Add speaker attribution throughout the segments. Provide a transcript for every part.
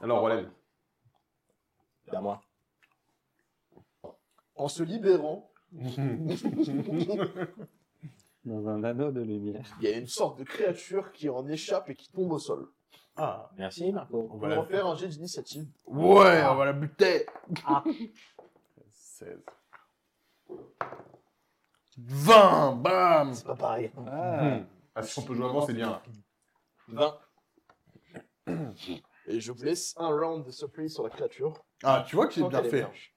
Speaker 1: Alors, Wallen.
Speaker 2: À moi. En se libérant,
Speaker 3: Dans un anneau de lumière.
Speaker 2: il y a une sorte de créature qui en échappe et qui tombe au sol.
Speaker 4: Ah,
Speaker 3: Merci Marco.
Speaker 5: Oh.
Speaker 4: on
Speaker 2: On
Speaker 4: va
Speaker 2: va
Speaker 4: la...
Speaker 2: refaire un jet d'initiative.
Speaker 4: Ouais, on va la buter
Speaker 1: 16.
Speaker 4: 20, bam
Speaker 2: C'est pas pareil.
Speaker 3: Ah,
Speaker 1: Hmm. Ah, si on peut jouer avant, c'est bien.
Speaker 2: 20. Et je vous laisse un round de surprise sur la créature.
Speaker 4: Ah, tu vois que j'ai bien
Speaker 2: Tant qu'elle est
Speaker 4: fait.
Speaker 2: blanche.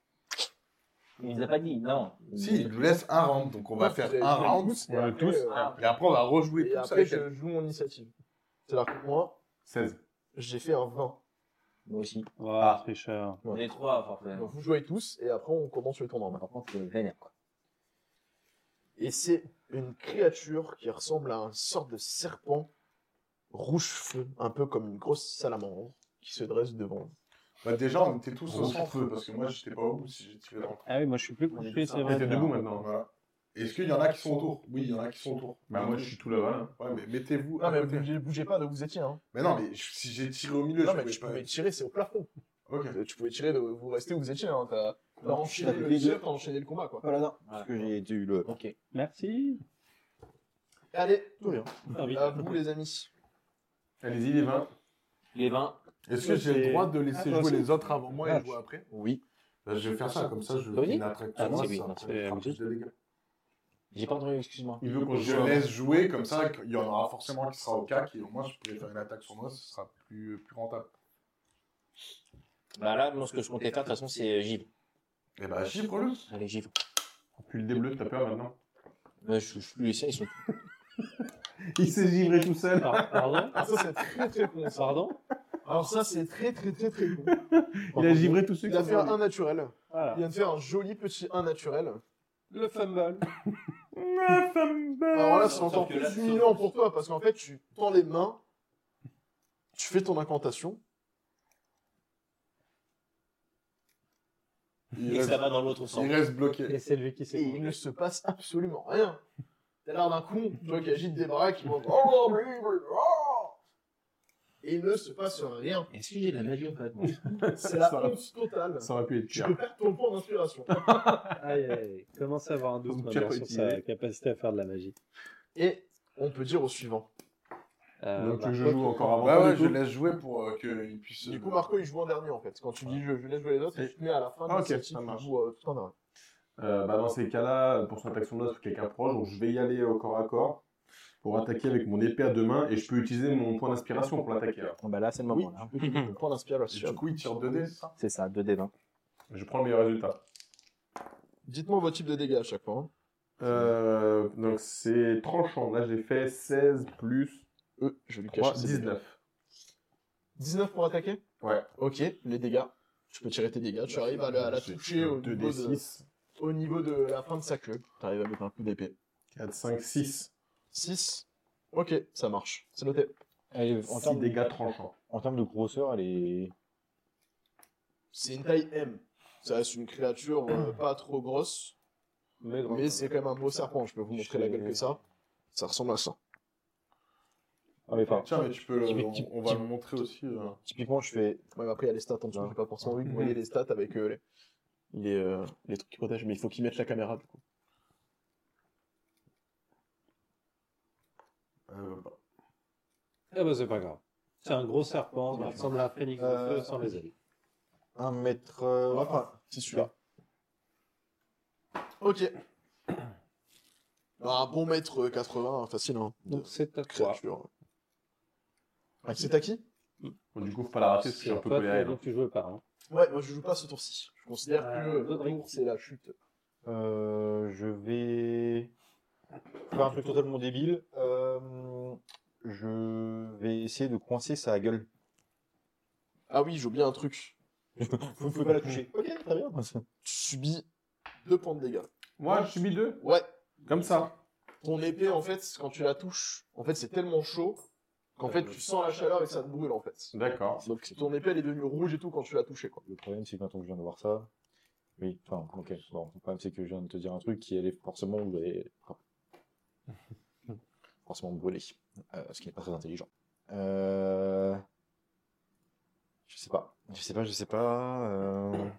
Speaker 3: il nous a pas dit, non.
Speaker 4: Si, il nous laisse un round, donc on va
Speaker 2: Ouais,
Speaker 4: faire
Speaker 2: vous avez
Speaker 4: un
Speaker 2: fait
Speaker 4: round.
Speaker 2: tous, et
Speaker 4: tous.
Speaker 2: après, euh,
Speaker 4: Et après, on va rejouer
Speaker 2: Et
Speaker 4: tous
Speaker 2: après,
Speaker 4: avec euh,
Speaker 2: je
Speaker 4: elle.
Speaker 2: joue mon initiative. C'est-à-dire que moi,
Speaker 1: 16.
Speaker 2: j'ai fait un 20.
Speaker 3: Moi aussi.
Speaker 1: Ah.
Speaker 3: Ah,
Speaker 5: tricheur.
Speaker 3: On est trois, forcément.
Speaker 2: Donc vous jouez tous et après on commence le tour normal.
Speaker 3: Par contre, c'est vénère, quoi.
Speaker 2: Et c'est une créature qui ressemble à une sorte de serpent rouge feu, un peu comme une grosse salamandre qui se dresse devant vous.
Speaker 4: Bah, déjà, on était tous au
Speaker 1: Rouge.
Speaker 4: centre, parce que moi, j'étais pas au bout si j'ai tiré dans le
Speaker 5: Ah oui, moi je suis plus
Speaker 3: On est
Speaker 5: couché,
Speaker 3: tous
Speaker 5: c'est
Speaker 3: un
Speaker 5: vrai.
Speaker 1: T'es
Speaker 5: tiens.
Speaker 1: debout maintenant.
Speaker 4: Voilà. Est-ce qu'il y en a qui sont autour Oui, il y en a qui sont autour.
Speaker 1: Bah, moi, je suis tout là-bas. là.
Speaker 4: Ouais, mais mettez-vous.
Speaker 2: Non
Speaker 4: à
Speaker 2: Ah, mais
Speaker 4: côté.
Speaker 2: bougez, bougez pas de où vous étiez. Hein.
Speaker 4: Mais non, mais je- si j'ai tiré au milieu,
Speaker 2: Non
Speaker 4: je
Speaker 2: mais
Speaker 4: pouvais
Speaker 2: tu
Speaker 4: pas-
Speaker 2: pouvais tirer, c'est au plafond. Euh,
Speaker 4: Ok.
Speaker 2: Tu pouvais tirer de vous restez où vous étiez. Hein. T'as t'as enchaîné le
Speaker 3: Les deux.
Speaker 2: tir, t'as enchaîné le combat quoi.
Speaker 3: Voilà, non.
Speaker 6: Parce que j'ai eu le.
Speaker 2: Ok.
Speaker 5: Merci.
Speaker 2: Allez, tout bien.
Speaker 5: Ah oui.
Speaker 2: À vous les amis.
Speaker 1: Allez-y, les 20.
Speaker 3: Les 20.
Speaker 4: Est-ce que j'ai le droit de laisser jouer les autres avant moi et jouer après
Speaker 6: Oui.
Speaker 4: Bah, Je vais faire ça, comme ça, je
Speaker 3: Oui.
Speaker 4: une attraction.
Speaker 3: Ah,
Speaker 4: moi,
Speaker 3: oui,
Speaker 4: ça
Speaker 3: oui,
Speaker 4: fera
Speaker 5: c'est
Speaker 4: plus de dégâts.
Speaker 3: J'ai pas entendu, excuse-moi.
Speaker 1: Il veut qu'on
Speaker 4: Je
Speaker 1: joue
Speaker 4: laisse jouer, comme ça, il y en aura forcément un qui sera au cac, et au moins, je pourrai faire une attaque sur moi, ce sera plus, plus rentable.
Speaker 3: Bah là, moi, ce que je comptais faire, de toute façon, c'est euh, givre.
Speaker 4: Et bah, chiffre-le
Speaker 3: Allez, givre.
Speaker 1: Tu le débleu, t'as peur maintenant
Speaker 3: Euh, je je suis plus les siens, ils sont.
Speaker 1: Il s'est givré tout seul.
Speaker 5: Par- Pardon
Speaker 2: Ah ça c'est très très con ça.
Speaker 5: Pardon
Speaker 2: Alors ça c'est très très très très con.
Speaker 1: Il a givré tout seul.
Speaker 2: Il a fait un naturel. Il
Speaker 5: Voilà.
Speaker 2: vient de faire un joli petit 1 naturel.
Speaker 5: Le fumble.
Speaker 2: Alors là, c'est
Speaker 3: Bah, Sauf
Speaker 2: encore
Speaker 3: que là,
Speaker 2: plus
Speaker 3: sauf-
Speaker 2: humiliant pour toi parce qu'en fait, tu tends les mains, tu fais ton incantation.
Speaker 4: il
Speaker 3: Et que ça
Speaker 4: reste,
Speaker 3: va dans l'autre sens.
Speaker 4: il reste bloqué.
Speaker 5: Et c'est lui qui
Speaker 2: Et
Speaker 5: s'est
Speaker 2: il ne
Speaker 5: gouré.
Speaker 2: se passe absolument rien. T'as l'air d'un con, toi qui agite des bras, qui monte. Oh, oui, oui, oh Et il ne se passe rien.
Speaker 3: Est-ce que j'ai de la magie en fait moi
Speaker 2: C'est la
Speaker 1: Ça-
Speaker 2: honte totale.
Speaker 1: Ça aurait pu être
Speaker 2: Tu
Speaker 1: cher.
Speaker 2: peux perdre ton point d'inspiration.
Speaker 5: Aïe, aïe, aïe. Commence à avoir un doute
Speaker 1: Donc,
Speaker 5: maintenant
Speaker 1: tu as
Speaker 5: sur
Speaker 1: utilisé.
Speaker 5: sa capacité à faire de la magie.
Speaker 2: Et on peut dire au suivant.
Speaker 5: Euh,
Speaker 1: Donc, tu
Speaker 2: Bah,
Speaker 1: veux que
Speaker 5: Marco,
Speaker 1: je joue encore avant.
Speaker 4: Ouais,
Speaker 1: toi,
Speaker 4: Bah ouais,
Speaker 1: du
Speaker 4: je
Speaker 1: coup
Speaker 4: laisse jouer pour euh, qu'il puisse.
Speaker 2: Du coup, Marco, il joue en dernier en fait. Quand tu dis je, je laisse jouer les autres,
Speaker 1: Et-
Speaker 2: tu te mets à la fin
Speaker 1: Ah, ok,
Speaker 2: de cette
Speaker 1: ça marche.
Speaker 2: joue euh, tout en dernier.
Speaker 1: Euh, bah, dans ces cas-là, pour son attaque sur note, quelqu'un proche, donc je vais y aller au corps à corps pour attaquer avec mon épée à deux mains et je peux utiliser mon point d'inspiration pour l'attaquer. hein. alors.
Speaker 6: Bon, Bah là, c'est le
Speaker 2: Oui,
Speaker 6: moment. là.
Speaker 2: tu peux utiliser ton point
Speaker 4: Et du
Speaker 2: d'inspiration.
Speaker 4: coup, il tire 2D, c'est ça
Speaker 6: C'est ça, 2D20.
Speaker 1: Je prends le meilleur résultat.
Speaker 2: Dites-moi vos types de dégâts à chaque fois. hein.
Speaker 1: Euh, donc c'est tranchant. Là, j'ai fait 16 plus
Speaker 2: Euh, je vais lui cacher
Speaker 1: 3,
Speaker 2: ses dégâts.
Speaker 1: 19.
Speaker 2: 19 pour attaquer
Speaker 1: Ouais. Bah,
Speaker 2: Ok, les dégâts. Tu peux tirer tes dégâts, tu arrives à la, à la toucher au niveau, de,
Speaker 1: 2D6,
Speaker 2: au niveau de la fin de sa queue. Tu arrives à mettre un coup d'épée.
Speaker 1: 4, 5, 6.
Speaker 2: 6. Ok, ça marche. C'est noté.
Speaker 6: Elle est- en,
Speaker 1: 6
Speaker 6: termes,
Speaker 1: dégâts tranchants.
Speaker 6: en termes de grosseur, elle est.
Speaker 2: C'est une taille M. Ça reste une créature euh, pas trop grosse,
Speaker 5: Mais grand.
Speaker 2: mais c'est quand même un beau serpent. Je peux vous montrer la gueule que ça. Ça ressemble à ça.
Speaker 6: Ah, mais enfin,
Speaker 4: Tiens, mais tu peux le.
Speaker 6: Typi-
Speaker 4: On,
Speaker 6: typi-
Speaker 4: on va
Speaker 6: typi-
Speaker 4: le montrer aussi. euh.
Speaker 6: typiquement, je fais.
Speaker 2: Ouais, mais après, il y a les stats en dessous. J'ai pas forcément envie que vous voyez les stats avec euh, les, les, euh, les trucs qui protègent, mais il faut qu'ils mettent la caméra du coup.
Speaker 4: Euh, bah,
Speaker 5: Ah bah c'est pas grave. C'est un gros serpent qui ressemble à un phénix de
Speaker 6: Euh,
Speaker 5: feu sans les ailes.
Speaker 6: 1 mètre. euh,
Speaker 2: Enfin, c'est celui-là. Ok. Ah, un bon mètre euh, 80, facile, hein. de
Speaker 5: Donc c'est à toi.
Speaker 2: créature. Ah, c'est à qui
Speaker 1: Bon, du coup, faut pas la rater parce que je suis un peu
Speaker 5: Toi,
Speaker 1: collé à
Speaker 5: tu,
Speaker 1: elle.
Speaker 5: donc, tu jouais pas. Hein.
Speaker 2: Ouais, moi je joue pas ce tour-ci. Je considère
Speaker 5: Euh,
Speaker 2: que euh,
Speaker 5: Rodrigue.
Speaker 2: l'amour, c'est la chute.
Speaker 6: Euh, je vais faire un truc totalement débile. Euh, je vais essayer de coincer sa gueule.
Speaker 2: Ah oui, j'oublie un truc.
Speaker 6: Vous ne pouvez pas la toucher.
Speaker 2: Ok, très bien. Tu subis 2 points de dégâts.
Speaker 1: Moi, je subis 2.
Speaker 2: Ouais,
Speaker 1: Comme ça.
Speaker 2: ton épée, en fait, quand tu la touches, en fait, c'est tellement chaud qu'en fait, tu sens la chaleur et que ça te brûle, en fait.
Speaker 1: D'accord.
Speaker 2: Donc ton épée, elle est devenue rouge et tout quand tu l'as touchée, quoi.
Speaker 6: Le problème, c'est que maintenant que je viens de voir ça. Oui, enfin, ok. Bon, le problème, c'est que je viens de te dire un truc qui allait forcément vous allez- forcément brûler. Euh, ce qui n'est pas très intelligent. Euh... Je sais pas. Je sais pas, je sais pas. euh,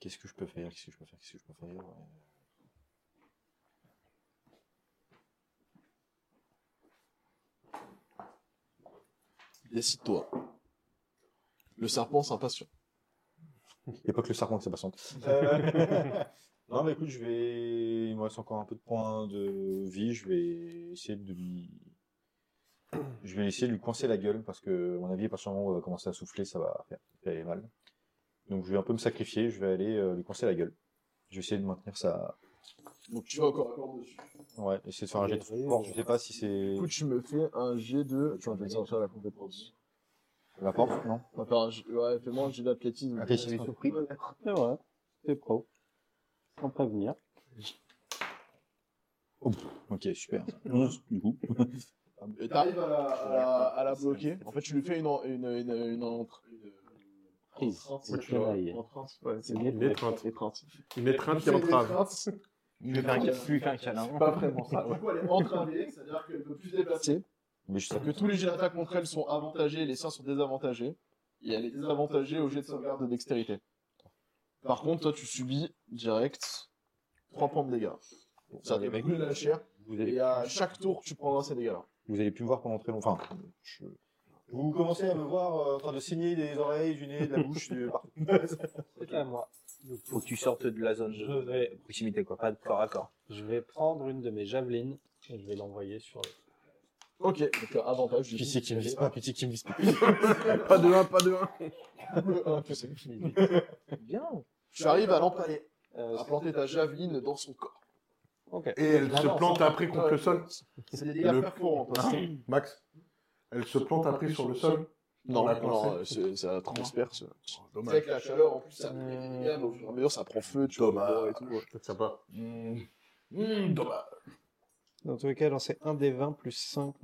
Speaker 6: Qu'est-ce que je peux faire Qu'est-ce que je peux faire Qu'est-ce que je peux faire
Speaker 2: Décide-toi. Le serpent s'impatient.
Speaker 6: Il n'y a pas que le serpent qui s'impatiente. non, mais écoute, je vais. Il me reste encore un peu de points de vie. Je vais essayer de lui. Je vais essayer de lui coincer la gueule parce que, à mon avis, à partir du moment où elle va commencer à souffler, ça va faire, faire mal. Donc, je vais un peu me sacrifier. Je vais aller euh, lui coincer la gueule. Je vais essayer de maintenir sa.
Speaker 2: Donc tu vas encore encore dessus.
Speaker 6: Ouais, essayer de faire un jet de force. Je sais pas si c'est.
Speaker 2: Écoute, tu me fais un G de. Tu vas me sortir la compétence.
Speaker 6: La force, non
Speaker 2: On va faire un G... Ouais, fais-moi un G d'athlétisme.
Speaker 6: Athlétisme.
Speaker 5: C'est vrai, c'est pro. Sans prévenir.
Speaker 6: Ok, super. 11, du coup.
Speaker 2: Et T'arrives à, la- à, la- à la bloquer. En fait, tu lui fais une en- une une une, entre- une...
Speaker 5: Prise. C'est
Speaker 2: tu vois,
Speaker 5: travail.
Speaker 2: Entrance, ouais, c'est
Speaker 5: Une
Speaker 1: Une étreinte.
Speaker 2: étreinte.
Speaker 1: Une étreinte qui
Speaker 2: Tu fais une
Speaker 1: entrave.
Speaker 2: étreinte,
Speaker 3: Je vais faire un câlin. Je lui fais un câlin.
Speaker 2: C'est pas vraiment ça. Du coup, elle est entravée, c'est-à-dire qu'elle ne peut plus se déplacer.
Speaker 6: Mais je sais
Speaker 2: Que tous les jets d'attaque contre elle sont avantagés, les siens sont désavantagés. Et elle est désavantagée au jet de sauvegarde de dextérité. Par contre, toi, tu subis direct 3 points de dégâts. Ça te brûle la chair.
Speaker 6: Vous allez,
Speaker 2: Et à chaque tour, tu prendras ces dégâts-là.
Speaker 6: vous allez plus me voir pendant très longtemps. Enfin, je- Vous commencez à me voir euh, en train de saigner des oreilles, du nez, de la bouche, de partout.
Speaker 5: C'est à moi.
Speaker 3: Faut que tu sortes de la zone
Speaker 5: Je
Speaker 3: de
Speaker 5: vais,
Speaker 3: proximité, quoi. Pas de corps à corps.
Speaker 5: je vais prendre une de mes javelines et je vais l'envoyer sur le.
Speaker 2: Ok, donc euh, avantage. du
Speaker 6: Pitié qui me vise pas, pitié qui me vise pas.
Speaker 1: Pas de 1, pas de 1.
Speaker 2: Un, que c'est.
Speaker 3: Bien.
Speaker 2: Tu arrives à l'empaler,
Speaker 5: Euh,
Speaker 2: à planter ta javeline dans son corps.
Speaker 5: ok.
Speaker 1: Et elle se plante après contre le sol.
Speaker 2: C'est des dégâts
Speaker 1: Le-
Speaker 2: perforants.
Speaker 1: Max, elle se plante après sur le sol.
Speaker 2: Non,
Speaker 1: la
Speaker 2: non,
Speaker 1: coincée.
Speaker 2: euh, c'est- ça transperce.
Speaker 1: Oh,
Speaker 2: Tu
Speaker 1: Dommage.
Speaker 2: sais que la chaleur, en plus, ça les dégâts, mais au fur et à mesure, ça prend feu, tu vois, et tout. ouais.
Speaker 1: C'est sympa.
Speaker 2: Mmh.
Speaker 4: dommage.
Speaker 5: Dans tous les cas, lancer 1 des 20 plus 5,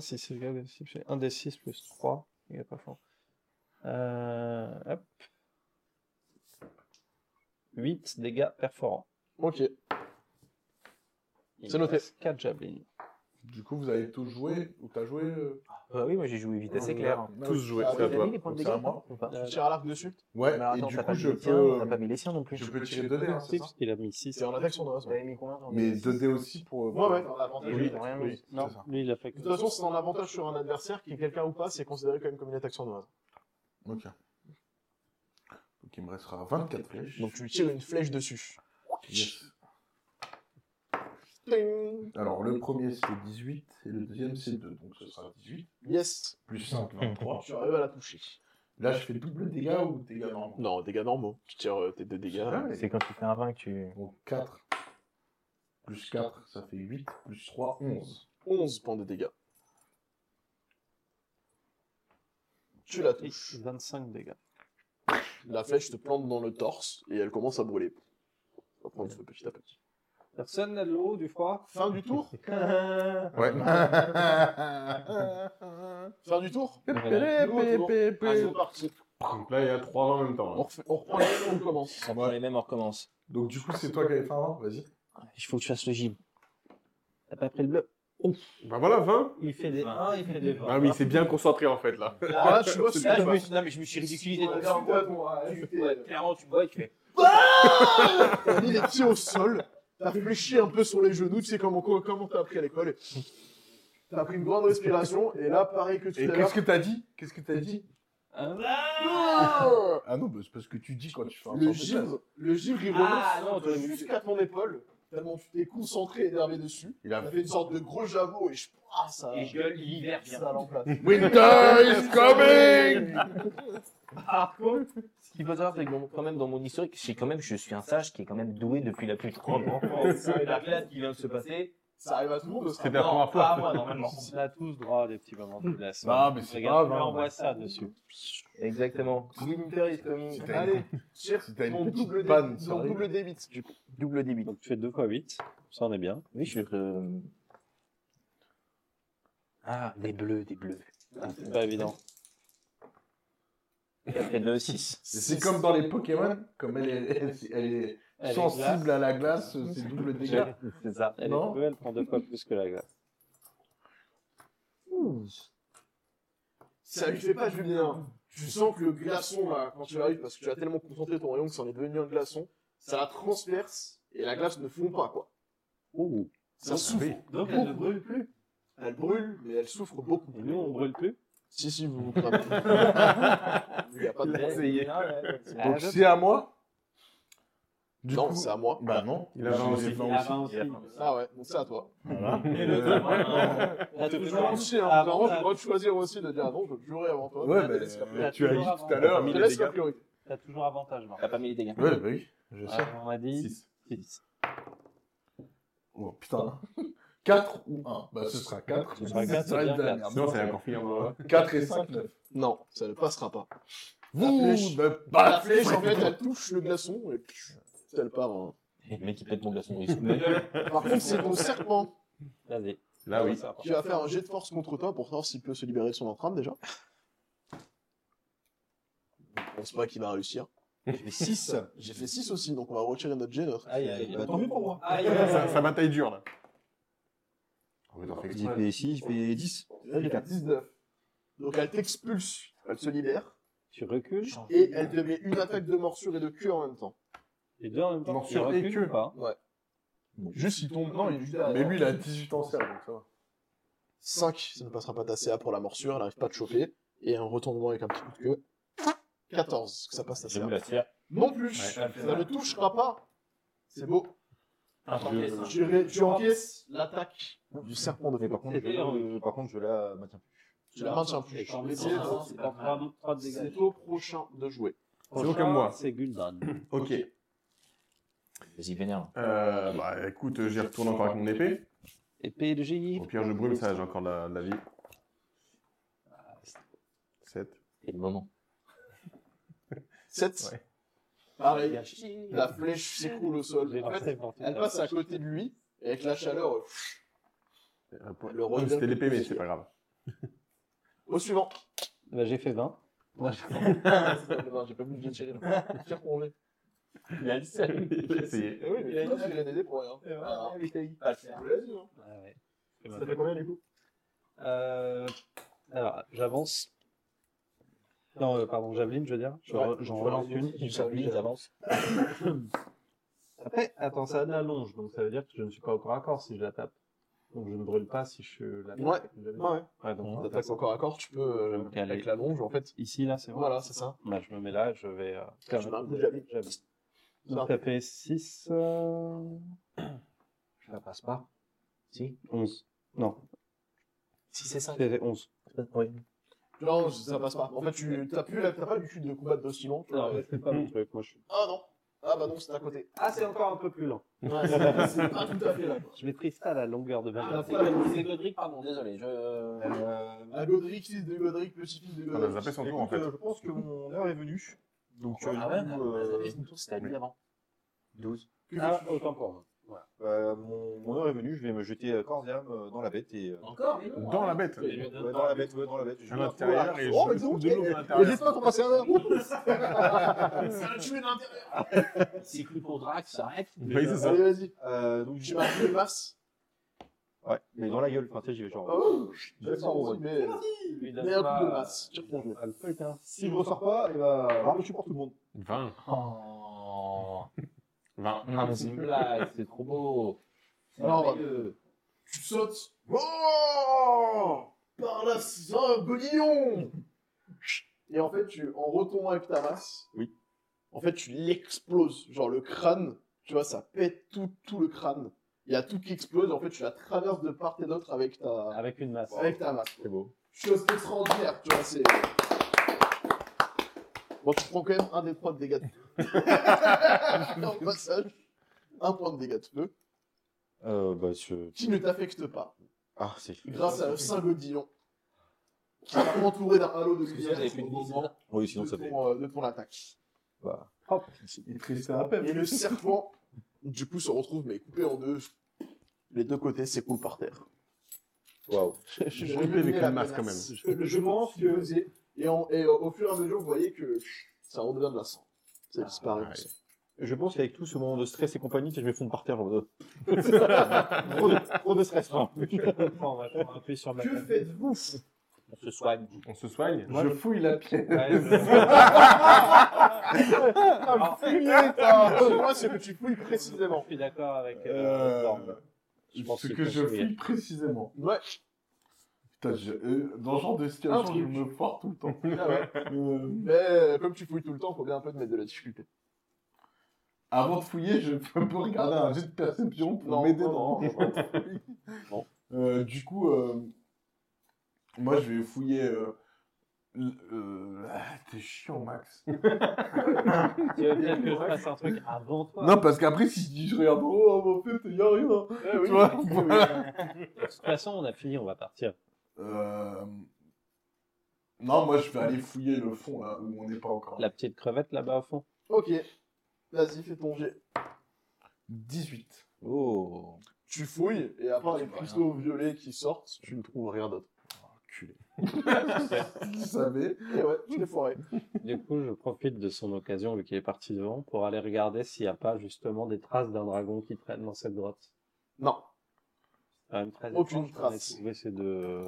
Speaker 5: si c'est le cas, si c'est 1 des 6 plus 3, il n'y a pas fort. Euh, hop. 8 dégâts perforants.
Speaker 2: Ok. C'est noté.
Speaker 5: 4 javelines.
Speaker 4: Du coup, vous avez tous joué ou t'as joué euh,
Speaker 3: Bah oui, moi j'ai joué vite assez clair.
Speaker 1: Tous joués,
Speaker 2: Ah,
Speaker 1: c'est à
Speaker 2: vous
Speaker 1: toi.
Speaker 3: les points de
Speaker 4: C'est
Speaker 3: dégâts
Speaker 4: à moi.
Speaker 3: ou pas
Speaker 5: Euh,
Speaker 2: Tu tires à l'arc dessus
Speaker 1: Ouais,
Speaker 3: Mais
Speaker 1: et
Speaker 3: attends,
Speaker 1: du
Speaker 3: t'as
Speaker 1: coup,
Speaker 3: pas
Speaker 1: je
Speaker 3: mis le
Speaker 4: euh,
Speaker 3: tien, t'as
Speaker 1: peux,
Speaker 3: pas mis les siens non plus.
Speaker 1: je peux tirer 2 dés, hein, c'est ça
Speaker 5: parce qu'il a mis 6.
Speaker 2: C'est en attaque son doigt.
Speaker 3: T'avais mis combien dans
Speaker 4: Mais
Speaker 3: les-
Speaker 4: 2D aussi pour. euh,
Speaker 2: Ouais, ouais, t'as un avantage.
Speaker 1: Oui,
Speaker 3: Rien,
Speaker 1: oui.
Speaker 3: mais-
Speaker 5: Non,
Speaker 4: c'est ça.
Speaker 5: lui il a fait que.
Speaker 2: De toute façon, c'est un avantage sur un adversaire, qui est quelqu'un ou pas, c'est considéré quand même comme une attaque sournoise.
Speaker 4: Ok. Donc il me restera 24 flèches.
Speaker 2: Donc tu lui tires une flèche dessus.
Speaker 4: Yes.
Speaker 2: Ting
Speaker 4: Alors le premier c'est 18 et le deuxième c'est 2. Donc ce sera 18
Speaker 2: Yes
Speaker 4: plus 5, 23.
Speaker 2: Tu arrives à la toucher.
Speaker 4: Là je fais double dégâts ou dégâts normaux
Speaker 2: Non, dégâts normaux. Tu tires euh, tes deux dégâts.
Speaker 4: Ouais.
Speaker 3: Ah C'est quand tu fais un 20 que tu.
Speaker 4: Donc 4 plus 4 ça fait 8 plus 3, 11.
Speaker 2: 11 points de dégâts. Tu la
Speaker 5: Et
Speaker 2: touches.
Speaker 5: 25 dégâts.
Speaker 2: La flèche te plante dans le torse et elle commence à brûler. On va prendre feu petit à petit.
Speaker 5: Personne n'a de l'eau, du froid
Speaker 2: Fin du tour
Speaker 4: Ouais.
Speaker 2: Fin du tour Allez,
Speaker 1: Donc
Speaker 2: c'est parti.
Speaker 1: là, il y a 3 en même temps. hein.
Speaker 2: On,
Speaker 1: là.
Speaker 2: refait- on reprend les mêmes, on commence.
Speaker 3: On prend les mêmes, on recommence.
Speaker 4: Donc du coup c'est toi qui avais fait avant, vas-y.
Speaker 3: Il faut que tu fasses le gym. T'as pas pris le bleu
Speaker 1: Bah voilà, 20.
Speaker 5: Il fait des 1, il fait des 20.
Speaker 3: Bah,
Speaker 1: Ah oui, c'est bien concentré en fait là.
Speaker 2: Voilà, tu vois,
Speaker 3: Ah, je me suis- Non, mais je me suis ridiculisé.
Speaker 2: Ouais,
Speaker 3: donc,
Speaker 2: c'est
Speaker 3: en gros,
Speaker 2: pas bon, ouais,
Speaker 3: tu-
Speaker 2: c'est pas-
Speaker 3: ouais, Clairement, tu bois et tu fais.
Speaker 2: T'as mis les pieds au sol, t'as fléchi un peu sur les genoux, tu sais comment comment t'as appris à l'école. T'as pris une grande respiration, et là, pareil que tout à
Speaker 1: Et
Speaker 2: l'heure...
Speaker 1: qu'est-ce que t'as dit Qu'est-ce que t'as dit
Speaker 2: Ah
Speaker 4: Ah non, bah, c'est parce que tu dis quand tu fais un
Speaker 2: Le
Speaker 4: sens de base.
Speaker 2: givre, le givre, il
Speaker 3: Ah, non,
Speaker 2: remonte
Speaker 3: t'aurais mis-
Speaker 2: jusqu'à ton épaule, tellement tu t'es concentré et énervé dessus.
Speaker 4: Il a
Speaker 2: T'as fait une sorte de gros javot, et je... Ah, ça...
Speaker 3: Et je gueule, l'hiver
Speaker 2: ça
Speaker 3: vient.
Speaker 2: l'emplace.
Speaker 1: Winter is coming
Speaker 3: Par contre, ce qu'il faut savoir, c'est que dans- quand même dans mon historique, c'est quand même, je suis un sage qui est quand même doué depuis la plus grande enfance. Et la classe qui vient de se passer,
Speaker 2: Ça arrive à tout le monde, ça.
Speaker 1: C'est la première
Speaker 3: pas à
Speaker 1: fois.
Speaker 3: moi normalement.
Speaker 5: On a tous droit à des petits moments de glace.
Speaker 4: Ah, mais c'est
Speaker 5: Regarde,
Speaker 4: grave,
Speaker 5: là,
Speaker 4: hein.
Speaker 5: on voit ça dessus.
Speaker 3: Exactement. Winter is coming.
Speaker 4: C'était-
Speaker 2: Allez, tire
Speaker 4: Si t'as
Speaker 2: ton
Speaker 4: une
Speaker 2: double
Speaker 4: petite
Speaker 2: dé-
Speaker 4: panne, ça
Speaker 2: ton
Speaker 4: arrive.
Speaker 2: double D8. du coup.
Speaker 3: Double débit.
Speaker 5: Donc tu fais 2 x 8, ça on est bien.
Speaker 3: Oui, je suis. euh, Ah, des bleus, des bleus.
Speaker 5: Ah, c'est pas évident.
Speaker 3: Et après le 6.
Speaker 4: Et C'est comme dans les Pokémon, comme elle est, elle, elle est
Speaker 5: Elle est
Speaker 4: sensible à la glace, c'est double dégât.
Speaker 3: C'est ça.
Speaker 5: Elle est
Speaker 4: Non.
Speaker 5: bleue, elle prend deux fois plus que la glace.
Speaker 2: Ça lui fait pas du bien. Tu sens que le glaçon, là, quand tu arrives, parce que tu as tellement concentré ton rayon que ça en est devenu un glaçon, ça la transperce et la glace ne fond pas, quoi.
Speaker 1: Oh,
Speaker 2: Ça souffre.
Speaker 7: Donc elle ne brûle plus.
Speaker 2: Elle brûle, mais elle souffre beaucoup.
Speaker 7: Et nous, on brûle plus.
Speaker 2: Si, si, vous vous cramez. Il y a pas de problème.
Speaker 7: Ah,
Speaker 1: Donc c'est à moi Du
Speaker 2: Non,
Speaker 1: coup-
Speaker 2: c'est à moi.
Speaker 4: Bah non.
Speaker 1: Il a vingt aussi.
Speaker 7: Il avance.
Speaker 2: Ah ouais, donc c'est à toi.
Speaker 7: Et
Speaker 1: Euh,
Speaker 7: le demain, on a
Speaker 2: Je
Speaker 7: toujours
Speaker 2: le
Speaker 7: un-
Speaker 2: aussi, hein.
Speaker 7: Avant,
Speaker 2: Apparemment, j'ai
Speaker 7: t'as-
Speaker 2: le droit de choisir aussi de dire avant, je veux jurer avant toi.
Speaker 4: Ouais,
Speaker 2: mais euh, je
Speaker 4: bah,
Speaker 2: te laisse la priorité.
Speaker 4: tu as dit tout à l'heure,
Speaker 2: Je
Speaker 4: mais
Speaker 2: te
Speaker 4: les
Speaker 2: laisse la
Speaker 4: dégâts.
Speaker 2: priorité.
Speaker 7: T'as toujours avantage, Marc.
Speaker 3: T'as pas mis les dégâts.
Speaker 4: Ouais, bah oui, je sais.
Speaker 7: Ah, On a dit.
Speaker 1: Six.
Speaker 7: six.
Speaker 4: Oh putain.
Speaker 2: hein.
Speaker 4: 4 ou 1 Bah ce sera 4.
Speaker 7: Ce sera quatre, c'est bien quatre.
Speaker 1: Sinon, ça va encore finir. moi.
Speaker 4: 4 et 5, 9.
Speaker 2: Non, ça ne passera pas.
Speaker 4: Vous
Speaker 2: flèche. bah,
Speaker 4: ne pas
Speaker 2: la flèche, en fait, elle touche le glaçon et puis elle part. hein.
Speaker 3: Le mec, il pète mon glaçon.
Speaker 2: Par contre, c'est ton serpent
Speaker 3: Vas-y.
Speaker 1: Là, oui.
Speaker 2: qui va faire un jet de force contre toi pour savoir s'il peut se libérer de son entrave déjà. Je pense pas qu'il va réussir. J'ai fait 6. J'ai fait 6 aussi, donc on va retirer notre jet. notre-
Speaker 6: Aïe, aïe, bah, tant mieux pour moi.
Speaker 2: Ah,
Speaker 7: Aïe,
Speaker 1: Ça, ça bataille dure, là.
Speaker 6: Il fait 6, il fait 10.
Speaker 2: Elle fait 19. Donc elle t'expulse, elle se libère,
Speaker 7: Tu recules.
Speaker 2: et elle te met une attaque de morsure et de cul en même temps.
Speaker 7: Les deux en même temps.
Speaker 1: Morsure
Speaker 7: Tu
Speaker 1: et queue.
Speaker 7: recules ou pas
Speaker 2: Juste, il tombe. Non, il est juste
Speaker 4: Mais lui, il a 18 ans, cerveau, ça va.
Speaker 2: 5, ça ne passera pas ta CA pour la morsure, elle n'arrive pas à te choper. Et un retournement avec un petit coup de queue. 14, que ça passe ta
Speaker 6: J'ai
Speaker 2: CA.
Speaker 6: vu la cire.
Speaker 2: Non plus,
Speaker 7: Ouais, elle fait
Speaker 2: ça ne touchera pas. C'est beau.
Speaker 7: T'encaisses.
Speaker 2: Tu, ré- tu encaisses l'attaque du serpent de
Speaker 6: Mais
Speaker 2: feu.
Speaker 6: par contre, je la, euh, par contre, je la maintiens plus.
Speaker 2: Tu la maintiens plus.
Speaker 7: Et
Speaker 2: Je
Speaker 7: quand
Speaker 2: vais
Speaker 7: les
Speaker 2: essayer de-
Speaker 7: autres, c'est pas grave, trois de dégâts.
Speaker 2: C'est au prochain de jouer.
Speaker 1: C'est donc à moi.
Speaker 7: C'est Gul'dan.
Speaker 1: Ok.
Speaker 3: Vas-y, vénère.
Speaker 1: Euh, bah écoute, j'y retourne encore avec mon épée.
Speaker 3: Épée de génie.
Speaker 1: Au pire, je brûle ça, j'ai encore de la, de la vie. 7.
Speaker 3: C'est le moment.
Speaker 2: 7.
Speaker 1: Ouais.
Speaker 2: Pareil,
Speaker 3: Ah,
Speaker 2: la flèche s'écroule au sol.
Speaker 5: J'ai
Speaker 2: En fait,
Speaker 5: lancé pour tout
Speaker 2: elle
Speaker 5: ça.
Speaker 2: passe à côté de lui, et avec la chaleur, euh, le revers
Speaker 1: Ah, C'était l'épée,
Speaker 2: du
Speaker 1: mais
Speaker 2: fusil.
Speaker 1: c'est pas grave.
Speaker 2: Au suivant.
Speaker 7: Bah, j'ai fait 20.
Speaker 2: Non, j'ai pas voulu le tirer. Tire pour lui.
Speaker 3: Il a le seul.
Speaker 1: J'ai essayé.
Speaker 2: Eh oui, mais il a dit qu'il pour rien. Ah, vas-y, hein.
Speaker 7: Ah ouais.
Speaker 2: Ça fait combien du coup
Speaker 5: Euh, alors, j'avance. Non, euh, pardon, Javeline, je veux dire. Je re-
Speaker 2: Ouais,
Speaker 5: J'en
Speaker 2: tu
Speaker 5: relance
Speaker 2: relances
Speaker 5: une.
Speaker 2: une,
Speaker 5: Javeline,
Speaker 2: j'avance.
Speaker 5: j'avance. Après, attends, ça a de la longe, donc ça veut dire que je ne suis pas au corps à corps si je la tape. Donc je ne brûle pas si je la tape.
Speaker 2: Ouais.
Speaker 5: Javeline.
Speaker 2: Ouais.
Speaker 5: Ouais, donc
Speaker 2: T'attaques encore à corps, tu peux euh,
Speaker 5: Je vais me caler.
Speaker 2: avec la longe en fait.
Speaker 5: Ici, là, c'est bon.
Speaker 2: Voilà, c'est ça.
Speaker 5: Bah, je me mets là, je vais euh, faire
Speaker 2: Tu mets un coup de
Speaker 5: Javeline.
Speaker 2: javeline.
Speaker 5: Donc ça fait 6. euh, Je la passe pas.
Speaker 3: Si.
Speaker 5: 11. Non,
Speaker 3: Si c'est ça.
Speaker 5: c'est 11.
Speaker 3: Oui.
Speaker 2: Non, ça passe pas. En fait, tu t'as plus la- t'as pas l'habitude de combattre d'aussi long. tu vois.
Speaker 5: c'est pas mon truc, moi je suis.
Speaker 2: Ah non. Ah bah non, c'est à côté.
Speaker 5: Ah, c'est encore un peu plus lent.
Speaker 2: Ouais, c'est c'est pas tout à fait là. quoi.
Speaker 5: Je maîtrise pas la longueur de ma
Speaker 2: Ah, la-
Speaker 3: C'est Godric, pardon, désolé. Je.
Speaker 2: Ah, Godric, fils de Godric, petit fils de
Speaker 1: On a
Speaker 2: Godric.
Speaker 1: zappé son tour, en
Speaker 6: Euh, Écoute,
Speaker 1: fait.
Speaker 6: euh, je pense que mon heure est venue. Donc, euh,
Speaker 3: Ah ouais,
Speaker 6: du coup, euh,
Speaker 3: mais son tour, c'était à lui avant.
Speaker 6: 12.
Speaker 5: Ah, autant pour moi.
Speaker 6: Euh, mon, mon heure est venue, je vais me jeter euh, corps et âme euh, dans la bête. Et, euh,
Speaker 3: Encore mais non,
Speaker 1: Dans la bête.
Speaker 3: arrête.
Speaker 6: ouais, dans la bête, ouais, dans la bête. Je
Speaker 1: À
Speaker 6: vais-
Speaker 1: l'intérieur et
Speaker 2: Oh, mais
Speaker 1: je
Speaker 2: dis donc,
Speaker 1: de l'eau
Speaker 2: eh,
Speaker 1: à
Speaker 2: Mais
Speaker 1: l'intérieur.
Speaker 2: laisse pas qu'on passe à un Ça l'a tué de l'intérieur.
Speaker 3: C'est plus pour Drax, arrête.
Speaker 1: Oui, c'est ça.
Speaker 2: Allez, vas-y.
Speaker 6: Euh, donc,
Speaker 2: Tu
Speaker 6: j'y vais.
Speaker 2: m'as pris le masse.
Speaker 6: Ouais, mais dans la gueule. Enfin, tu sais, j'y vais genre.
Speaker 2: Oh,
Speaker 6: Je vais faire au vol.
Speaker 2: mais
Speaker 7: Lui donne
Speaker 2: mais un
Speaker 7: pas-
Speaker 2: coup de masse. Tire
Speaker 6: Oh,
Speaker 2: pour jouer.
Speaker 6: hein. Si je ressors pas, et bah, je suis pour tout le monde.
Speaker 1: 20.
Speaker 3: Oh.
Speaker 1: 20.
Speaker 3: Non, mais Ah, c'est une blague, c'est trop beau. C'est
Speaker 2: Alors,
Speaker 3: merveilleux.
Speaker 2: Tu sautes. Oh Par là, c'est un bolillon Et en fait, tu, en retombant avec ta masse,
Speaker 6: Oui.
Speaker 2: en fait, tu l'exploses. Genre, le crâne, tu vois, ça pète tout, tout le crâne. Il y a tout qui explose. En fait, tu la traverses de part et d'autre avec ta,
Speaker 5: Avec une masse.
Speaker 2: avec ta masse.
Speaker 6: C'est beau.
Speaker 2: Chose extraordinaire, tu vois, c'est... Bon, tu prends quand même un des trois de dégâts de feu. en passage, un point de dégâts de feu
Speaker 6: Euh, bah, je...
Speaker 2: qui ne t'affecte pas.
Speaker 6: Ah, c'est.
Speaker 2: grâce à Saint Godillon, qui est entouré d'un halo de
Speaker 3: Parce que ça,
Speaker 2: lumière
Speaker 3: j'avais plus de
Speaker 2: au moment
Speaker 3: visite.
Speaker 6: Oui, sinon,
Speaker 2: de,
Speaker 6: ça fait.
Speaker 2: ton, euh, de ton attaque.
Speaker 6: Bah.
Speaker 4: Il triste à peine.
Speaker 2: Et le serpent, du coup, se retrouve mais coupé en deux. Les deux côtés s'écoulent par terre.
Speaker 6: Waouh.
Speaker 2: Je
Speaker 1: coupé avec une masse, quand
Speaker 2: même. Je pense que et, en- et, euh, au fur et à mesure, vous voyez que ça redevient de la sang. Ça disparaît.
Speaker 1: ouais.
Speaker 6: Je pense qu'avec tout ce moment de stress et compagnie, tu sais, je vais fondre par terre. Genre, euh, trop, de, trop de stress. hein.
Speaker 5: Je comprends, on va- on va appuyer sur ma
Speaker 2: Que faites-vous
Speaker 3: On se soigne.
Speaker 1: On se soigne.
Speaker 4: Je fouille la pièce.
Speaker 2: Ah, fumier, t'as- Ah, Moi, c'est que tu fouilles précisément.
Speaker 7: Je suis d'accord avec.
Speaker 4: Euh,
Speaker 7: euh, Norm. Je pense
Speaker 4: ce
Speaker 7: qu'il
Speaker 4: que
Speaker 7: faut
Speaker 4: je
Speaker 7: fouiller.
Speaker 4: fouille précisément.
Speaker 2: Ouais.
Speaker 4: Putain, je- euh, dans ce genre de
Speaker 2: Un
Speaker 4: situation,
Speaker 2: truc.
Speaker 4: je me foire tout le temps.
Speaker 2: Ah ouais.
Speaker 4: Euh,
Speaker 2: Mais euh, comme tu fouilles tout le temps, faut bien un peu te mettre de la difficulté.
Speaker 4: avant de fouiller, je peux regarder un jet de perception
Speaker 2: Non,
Speaker 4: pour m'aider
Speaker 2: non,
Speaker 4: dans.
Speaker 2: Non.
Speaker 4: Euh, du coup, euh, moi, je vais fouiller. euh, l- euh, ah, T'es chiant, Max.
Speaker 7: Tu veux peut-être que je fasse un truc avant toi
Speaker 4: Non, parce qu'après, si je regarde en haut, en fait, il n'y a rien.
Speaker 2: Ah oui.
Speaker 4: Tu vois voilà.
Speaker 7: De toute façon, on a fini, on va partir.
Speaker 4: Euh, Non, moi, je vais aller fouiller le fond, là, où on n'est pas encore.
Speaker 7: La petite crevette là-bas au fond.
Speaker 2: Ok. Vas-y, fais ton jet.
Speaker 4: 18.
Speaker 3: Oh.
Speaker 2: Tu fouilles, et à part les
Speaker 4: Tu vois
Speaker 2: cristaux violets qui sortent, tu ne trouves rien d'autre.
Speaker 4: Vous savez
Speaker 2: Et eh ouais, tu l'es foiré.
Speaker 7: Du coup, je profite de son occasion, vu qu'il est parti devant, pour aller regarder s'il n'y a pas justement des traces d'un dragon qui traîne dans cette grotte.
Speaker 2: Non.
Speaker 7: C'est quand même très
Speaker 2: Aucune
Speaker 7: étrange qu'on ait
Speaker 2: trace.
Speaker 7: trouvé ces deux,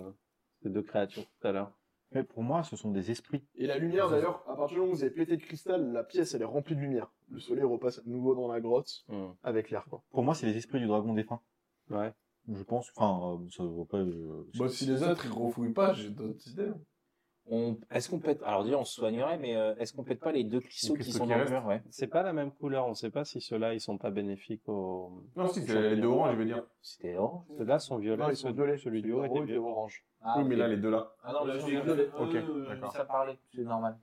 Speaker 7: ces deux créatures tout à l'heure.
Speaker 6: Mais pour moi, ce sont des esprits.
Speaker 2: Et la lumière, d'ailleurs, à partir du moment où vous avez pété de cristal, la pièce, elle est remplie de lumière. Le soleil repasse à nouveau dans la grotte,
Speaker 3: euh,
Speaker 2: avec l'air, quoi.
Speaker 6: Pour moi, c'est les esprits du dragon défunt.
Speaker 7: Ouais.
Speaker 6: Je pense. Enfin, euh, ça vaut pas. euh,
Speaker 4: Bah, si les autres, ils refouillent pas, j'ai d'autres idées.
Speaker 3: On... Est-ce qu'on pète. Alors, déjà, on se soignerait, mais euh, est-ce qu'on pète pas les deux cristaux
Speaker 1: Les
Speaker 3: qui
Speaker 1: cristaux
Speaker 3: sont
Speaker 1: qui
Speaker 3: dans le
Speaker 1: restent.
Speaker 3: mur ouais.
Speaker 7: C'est pas la même couleur, on ne sait pas si ceux-là, ils sont pas bénéfiques au...
Speaker 1: Non, si, c'est les deux oranges, je veux dire.
Speaker 3: C'était orange.
Speaker 7: Ceux-là sont violets,
Speaker 2: Non, ils
Speaker 7: ceux-
Speaker 2: sont violets.
Speaker 7: celui du
Speaker 2: Le
Speaker 7: haut était
Speaker 2: haut était
Speaker 7: violet.
Speaker 2: orange.
Speaker 3: Ah,
Speaker 1: oui, mais là, les deux là.
Speaker 3: Ah non, là,
Speaker 1: je
Speaker 3: je
Speaker 1: suis désolé. Ok,
Speaker 3: euh,
Speaker 1: d'accord.
Speaker 3: Ça parlait. C'est normal.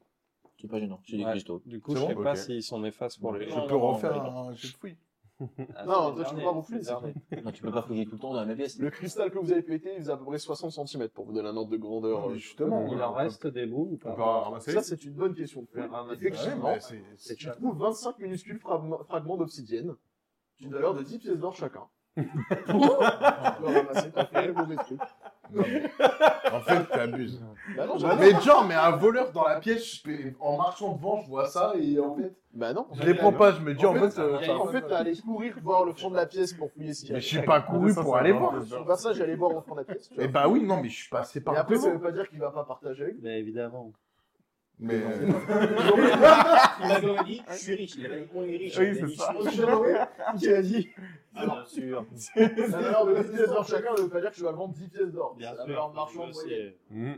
Speaker 3: C'est pas gênant, c'est des
Speaker 7: Ouais.
Speaker 3: cristaux.
Speaker 7: Du coup,
Speaker 1: C'est
Speaker 7: je
Speaker 1: bon
Speaker 7: sais pas
Speaker 1: Ok.
Speaker 7: s'ils sont néfastes pour les...
Speaker 1: Je
Speaker 3: Non,
Speaker 1: peux
Speaker 3: non,
Speaker 1: refaire
Speaker 3: non,
Speaker 4: un jet de fouille.
Speaker 7: Ah,
Speaker 2: Non, toi,
Speaker 7: c'est les
Speaker 2: tu peux
Speaker 7: derniers,
Speaker 2: pas refouler,
Speaker 7: c'est
Speaker 2: c'est
Speaker 7: les derniers.
Speaker 3: Non, tu peux pas fouiller tout le temps dans la même pièce.
Speaker 2: Le cristal que vous avez pété, il faisait à peu près 60 cm, pour vous donner un ordre de grandeur.
Speaker 4: Mais euh, justement,
Speaker 7: Il en
Speaker 4: on peut-
Speaker 7: reste des bouts ou
Speaker 1: On
Speaker 7: pas
Speaker 1: peut ramasser.
Speaker 2: Ça, c'est une bonne question. Effectivement,
Speaker 4: Ouais, mais c'est-
Speaker 2: Et tu trouves 25 minuscules fragm- fragments d'obsidienne, d'une valeur de 10 pièces d'or chacun. Tu vas ramasser ta feuille, le mauvais truc.
Speaker 4: Non, mais- En fait, t'abuses.
Speaker 2: Bah non, j'avais-
Speaker 4: mais genre, mais un voleur dans la pièce, je fais- en marchant devant, je vois ça et en fait.
Speaker 2: Bah non.
Speaker 4: Je les prends pas, je me dis en, fait. euh,
Speaker 2: En fait, en fait, t'as allé courir voir le fond de la pièce pour fouiller s'il y
Speaker 4: mais
Speaker 2: a.
Speaker 4: je suis pas couru pour aller voir.
Speaker 2: Au passage, j'allais voir au fond de la pièce. tu vois.
Speaker 4: Et bah oui, non, mais je suis passé
Speaker 2: Et
Speaker 4: par
Speaker 2: après, ça veut
Speaker 4: devant.
Speaker 2: pas dire qu'il va pas partager avec
Speaker 7: Mais évidemment.
Speaker 4: Mais.
Speaker 3: Il avait dit, je suis riche. Il avait dit, on est riche.
Speaker 1: Ah Oui,
Speaker 3: Il avait
Speaker 1: c'est
Speaker 3: dit,
Speaker 1: ça.
Speaker 3: je suis
Speaker 2: nous.
Speaker 3: riche.
Speaker 2: J'ai envoyé, Qui a dit
Speaker 3: Ah,
Speaker 7: Bien sûr.
Speaker 2: La valeur de 10 pièces d'or chacun ne veut pas dire que tu vas vendre 10 pièces d'or. C'est La valeur marchande moyenne.
Speaker 1: Hmm.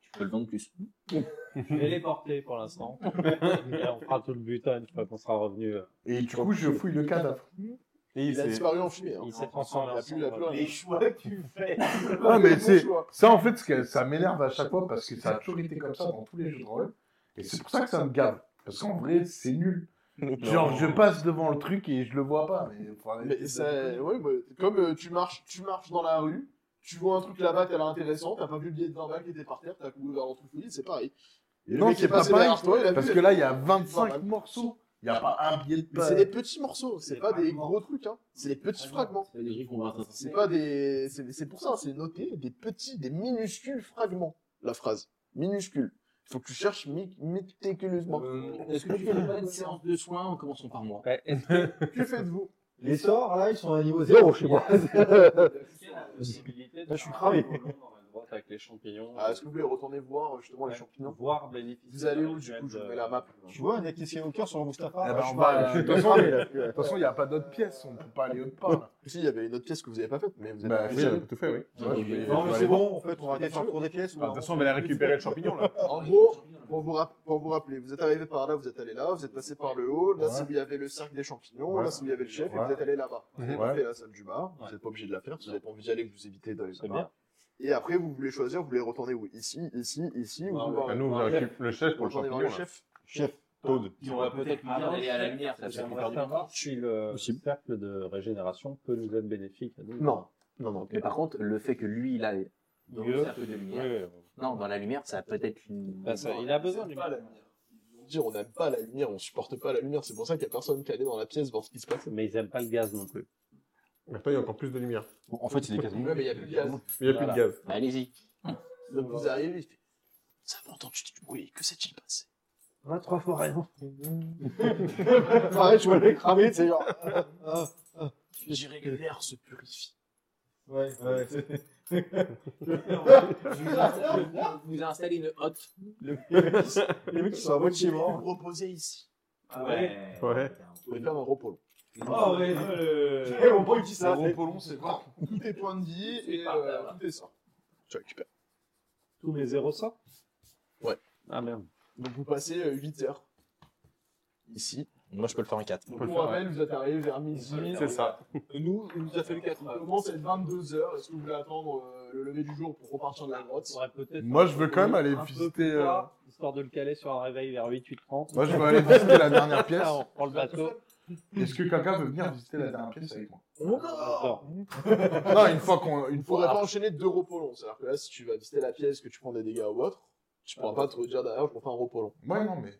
Speaker 3: Tu peux le vendre plus.
Speaker 7: Je vais les porter pour l'instant. Et on fera tout le butin une fois qu'on sera revenu. euh.
Speaker 4: Et du coup, je fouille le cadavre.
Speaker 1: Et il
Speaker 2: Il a
Speaker 1: s'est.
Speaker 2: disparu en fumée. hein.
Speaker 7: Il s'est transformé
Speaker 2: Il
Speaker 7: en
Speaker 2: a plus la
Speaker 7: sang.
Speaker 2: fleur. Les
Speaker 3: choix que tu fais.
Speaker 4: Ah, mais
Speaker 2: Bon
Speaker 4: c'est-
Speaker 2: choix.
Speaker 4: Ça, en fait, ce que- ça m'énerve à chaque fois parce que ça a toujours été comme ça dans tous les jeux de rôle. Et c'est pour ça que ça me gave. Parce qu'en vrai, c'est nul. Genre, je passe devant le truc et je le vois pas. Mais, faut arrêter de-
Speaker 2: Mais ça, ouais, bah, comme euh, tu marches, tu marches dans la rue, tu vois un truc là-bas qui a l'air intéressant, t'as pas vu le billet de 20 balles qui était par terre, t'as couru vers l'entreprise, c'est pareil. Et le
Speaker 4: Non,
Speaker 2: mec qui
Speaker 4: c'est
Speaker 2: est
Speaker 4: pas
Speaker 2: passé
Speaker 4: pareil.
Speaker 2: derrière toi, il a vu-
Speaker 4: Parce que là, bah, il y a
Speaker 2: Pas
Speaker 4: 25
Speaker 2: mal.
Speaker 4: morceaux. Il n'y a pas un billet de Eh
Speaker 2: Mais c'est des
Speaker 4: pain.
Speaker 2: petits morceaux, c'est pas des gros trucs, hein. C'est des petits fragments.
Speaker 3: C'est des trucs qu'on va
Speaker 2: C'est pas des, c'est c'est pour ça, c'est noté des petits, des minuscules fragments. La phrase, minuscule. Il faut que tu cherches mi- méticuleusement.
Speaker 3: Euh, Est-ce que tu fais pas une séance de soins en commençant par moi
Speaker 7: Ouais, est-ce
Speaker 2: Que faites-vous
Speaker 6: Les sorts, là, ils sont à un niveau zéro chez moi.
Speaker 7: qu'il y a la possibilité de
Speaker 6: Là, je suis
Speaker 7: faire
Speaker 6: cramé.
Speaker 7: un volant dans la grotte avec les champignons
Speaker 2: Ah, Est-ce que vous voulez retourner voir euh, justement les champignons
Speaker 7: Voir bénéficier.
Speaker 2: Vous allez
Speaker 7: de
Speaker 2: où,
Speaker 7: la
Speaker 2: du coup,
Speaker 7: duel
Speaker 2: je
Speaker 7: de-
Speaker 2: vous mets la map.
Speaker 6: tu vois, Nakissé au cœur sur Mustapha.
Speaker 4: Eh ben,
Speaker 6: là,
Speaker 4: on
Speaker 6: je
Speaker 4: va-
Speaker 6: parle,
Speaker 4: de
Speaker 6: je
Speaker 4: toute
Speaker 6: te
Speaker 4: façon-
Speaker 6: parle, là, tu-
Speaker 4: De toute façon, il n'y a pas d'autres pièces. On peut pas aller autre part. là.
Speaker 2: Si, il y avait une autre pièce que vous avez pas faite, mais vous avez
Speaker 1: Ah,
Speaker 4: Bah,
Speaker 2: pas
Speaker 4: si,
Speaker 2: fait.
Speaker 4: j'avais tout fait, oui.
Speaker 3: Ouais, je vais-
Speaker 6: Non, mais
Speaker 4: Ouais.
Speaker 6: c'est bon, en fait, on va peut-être faire le tour des pièces.
Speaker 1: Bah, De toute façon, on va aller récupérer le champignon là.
Speaker 2: En gros, pour vous, rap- pour vous rappeler, vous êtes arrivé par là, vous êtes allé là, vous êtes passé par le haut, là
Speaker 4: Ouais.
Speaker 2: c'est où il y avait le cercle des champignons,
Speaker 4: Ouais.
Speaker 2: là c'est où il y avait le chef, et
Speaker 4: Ouais.
Speaker 2: vous êtes allé là-bas. Vous avez
Speaker 4: Mhm.
Speaker 2: pas
Speaker 4: Ouais.
Speaker 2: fait la salle du bar, vous
Speaker 7: Ouais.
Speaker 2: n'êtes pas obligé de la faire, si vous avez pas envie d'y aller, que vous évitez d'aller
Speaker 7: C'est
Speaker 2: là-bas. Et après, vous voulez choisir, vous voulez retourner où Ici, ici, ici, ou
Speaker 7: Ouais,
Speaker 2: vous
Speaker 7: ouais.
Speaker 2: voir-
Speaker 1: Bah, nous, on récupère le chef
Speaker 2: vous
Speaker 1: pour le
Speaker 2: retournez
Speaker 1: champignon.
Speaker 2: voir le
Speaker 1: là.
Speaker 2: chef.
Speaker 6: Chef, Toad.
Speaker 3: Puis on va peut-être marrer aller à la lumière, ça fait
Speaker 7: J'aimerais
Speaker 3: perdre du
Speaker 7: savoir
Speaker 3: temps.
Speaker 7: si le
Speaker 3: Possible.
Speaker 7: cercle de régénération peut nous être bénéfique à nous.
Speaker 2: Non, non, non.
Speaker 3: Mais par contre, le fait que lui, il a dans le
Speaker 7: Mieux.
Speaker 3: cercle de
Speaker 7: Oui,
Speaker 3: lumière.
Speaker 7: oui, oui.
Speaker 3: Non, dans la lumière, ça a peut-être une.
Speaker 7: Bah, ça- il a besoin de
Speaker 2: Ils aiment pas la
Speaker 7: lumière.
Speaker 2: lumière. Ils vont Dire on n'aime pas la lumière, on supporte pas la lumière, c'est pour ça qu'il y a personne qui est allé dans la pièce voir ce qui se passe.
Speaker 7: Mais ils aiment pas le gaz non plus.
Speaker 1: Maintenant, il y a encore plus de lumière.
Speaker 6: Bon, en fait, c'est des cases.
Speaker 2: Ouais, mais il y a plus de gaz.
Speaker 1: Il n'y a plus de
Speaker 7: Voilà.
Speaker 1: gaz.
Speaker 3: Bah, Allez-y.
Speaker 2: Donc vous arrivez, il fait, Nous avons entendu du bruit, que s'est-il passé
Speaker 7: 23 fois rien.
Speaker 2: Pareil, je me l'ai cramé, tu sais, genre. J'ai régulière se purifie.
Speaker 6: Ouais, ouais.
Speaker 3: vous installez une hotte.
Speaker 6: Les mecs, ils sont à moitié
Speaker 2: Vous
Speaker 6: morts.
Speaker 2: vous reposez ici.
Speaker 7: Ah
Speaker 1: Ouais. Ouais.
Speaker 2: Vous pouvez faire un repos long.
Speaker 8: Oh, ouais, le...
Speaker 6: Et on voit qui
Speaker 2: Un
Speaker 6: ça.
Speaker 2: repos long, c'est quoi Tous tes points de vie et
Speaker 8: par
Speaker 2: euh,
Speaker 8: terre.
Speaker 2: tous tes sorts. Tu récupères.
Speaker 7: Tous mes zéros sortent
Speaker 2: Ouais.
Speaker 7: Ah merde.
Speaker 2: Donc vous passez 8 heures ici.
Speaker 6: Moi, je peux le faire en 4.
Speaker 1: On
Speaker 2: Donc,
Speaker 1: peut le
Speaker 2: pour
Speaker 1: faire,
Speaker 2: rappel, vous êtes arrivé vers midi.
Speaker 1: C'est ça.
Speaker 2: Nous, il nous a fallu 4 heures. On commence à 22 heures. Est-ce que vous voulez attendre euh, le lever du jour pour repartir de la grotte
Speaker 7: Ouais, peut-être
Speaker 4: Moi,
Speaker 7: un
Speaker 4: je
Speaker 7: peu
Speaker 4: veux
Speaker 7: plus-
Speaker 4: quand même aller
Speaker 7: un peu plus
Speaker 4: visiter, euh,
Speaker 7: tard, Histoire de le caler sur un réveil vers 8, 8, 30.
Speaker 4: Moi, je vais aller visiter la dernière pièce.
Speaker 7: Ah, on prend le bateau.
Speaker 4: Est-ce que quelqu'un veut venir visiter la dernière pièce avec moi
Speaker 7: Encore.
Speaker 4: Non, une fois qu'on. Une
Speaker 2: Il faudrait pas
Speaker 4: fois.
Speaker 2: enchaîner deux repos longs. C'est-à-dire que là, si tu vas visiter la pièce, que tu prends des dégâts ou autre, tu pourras pas te redire derrière, je prends un repos long.
Speaker 4: Ouais, non, mais.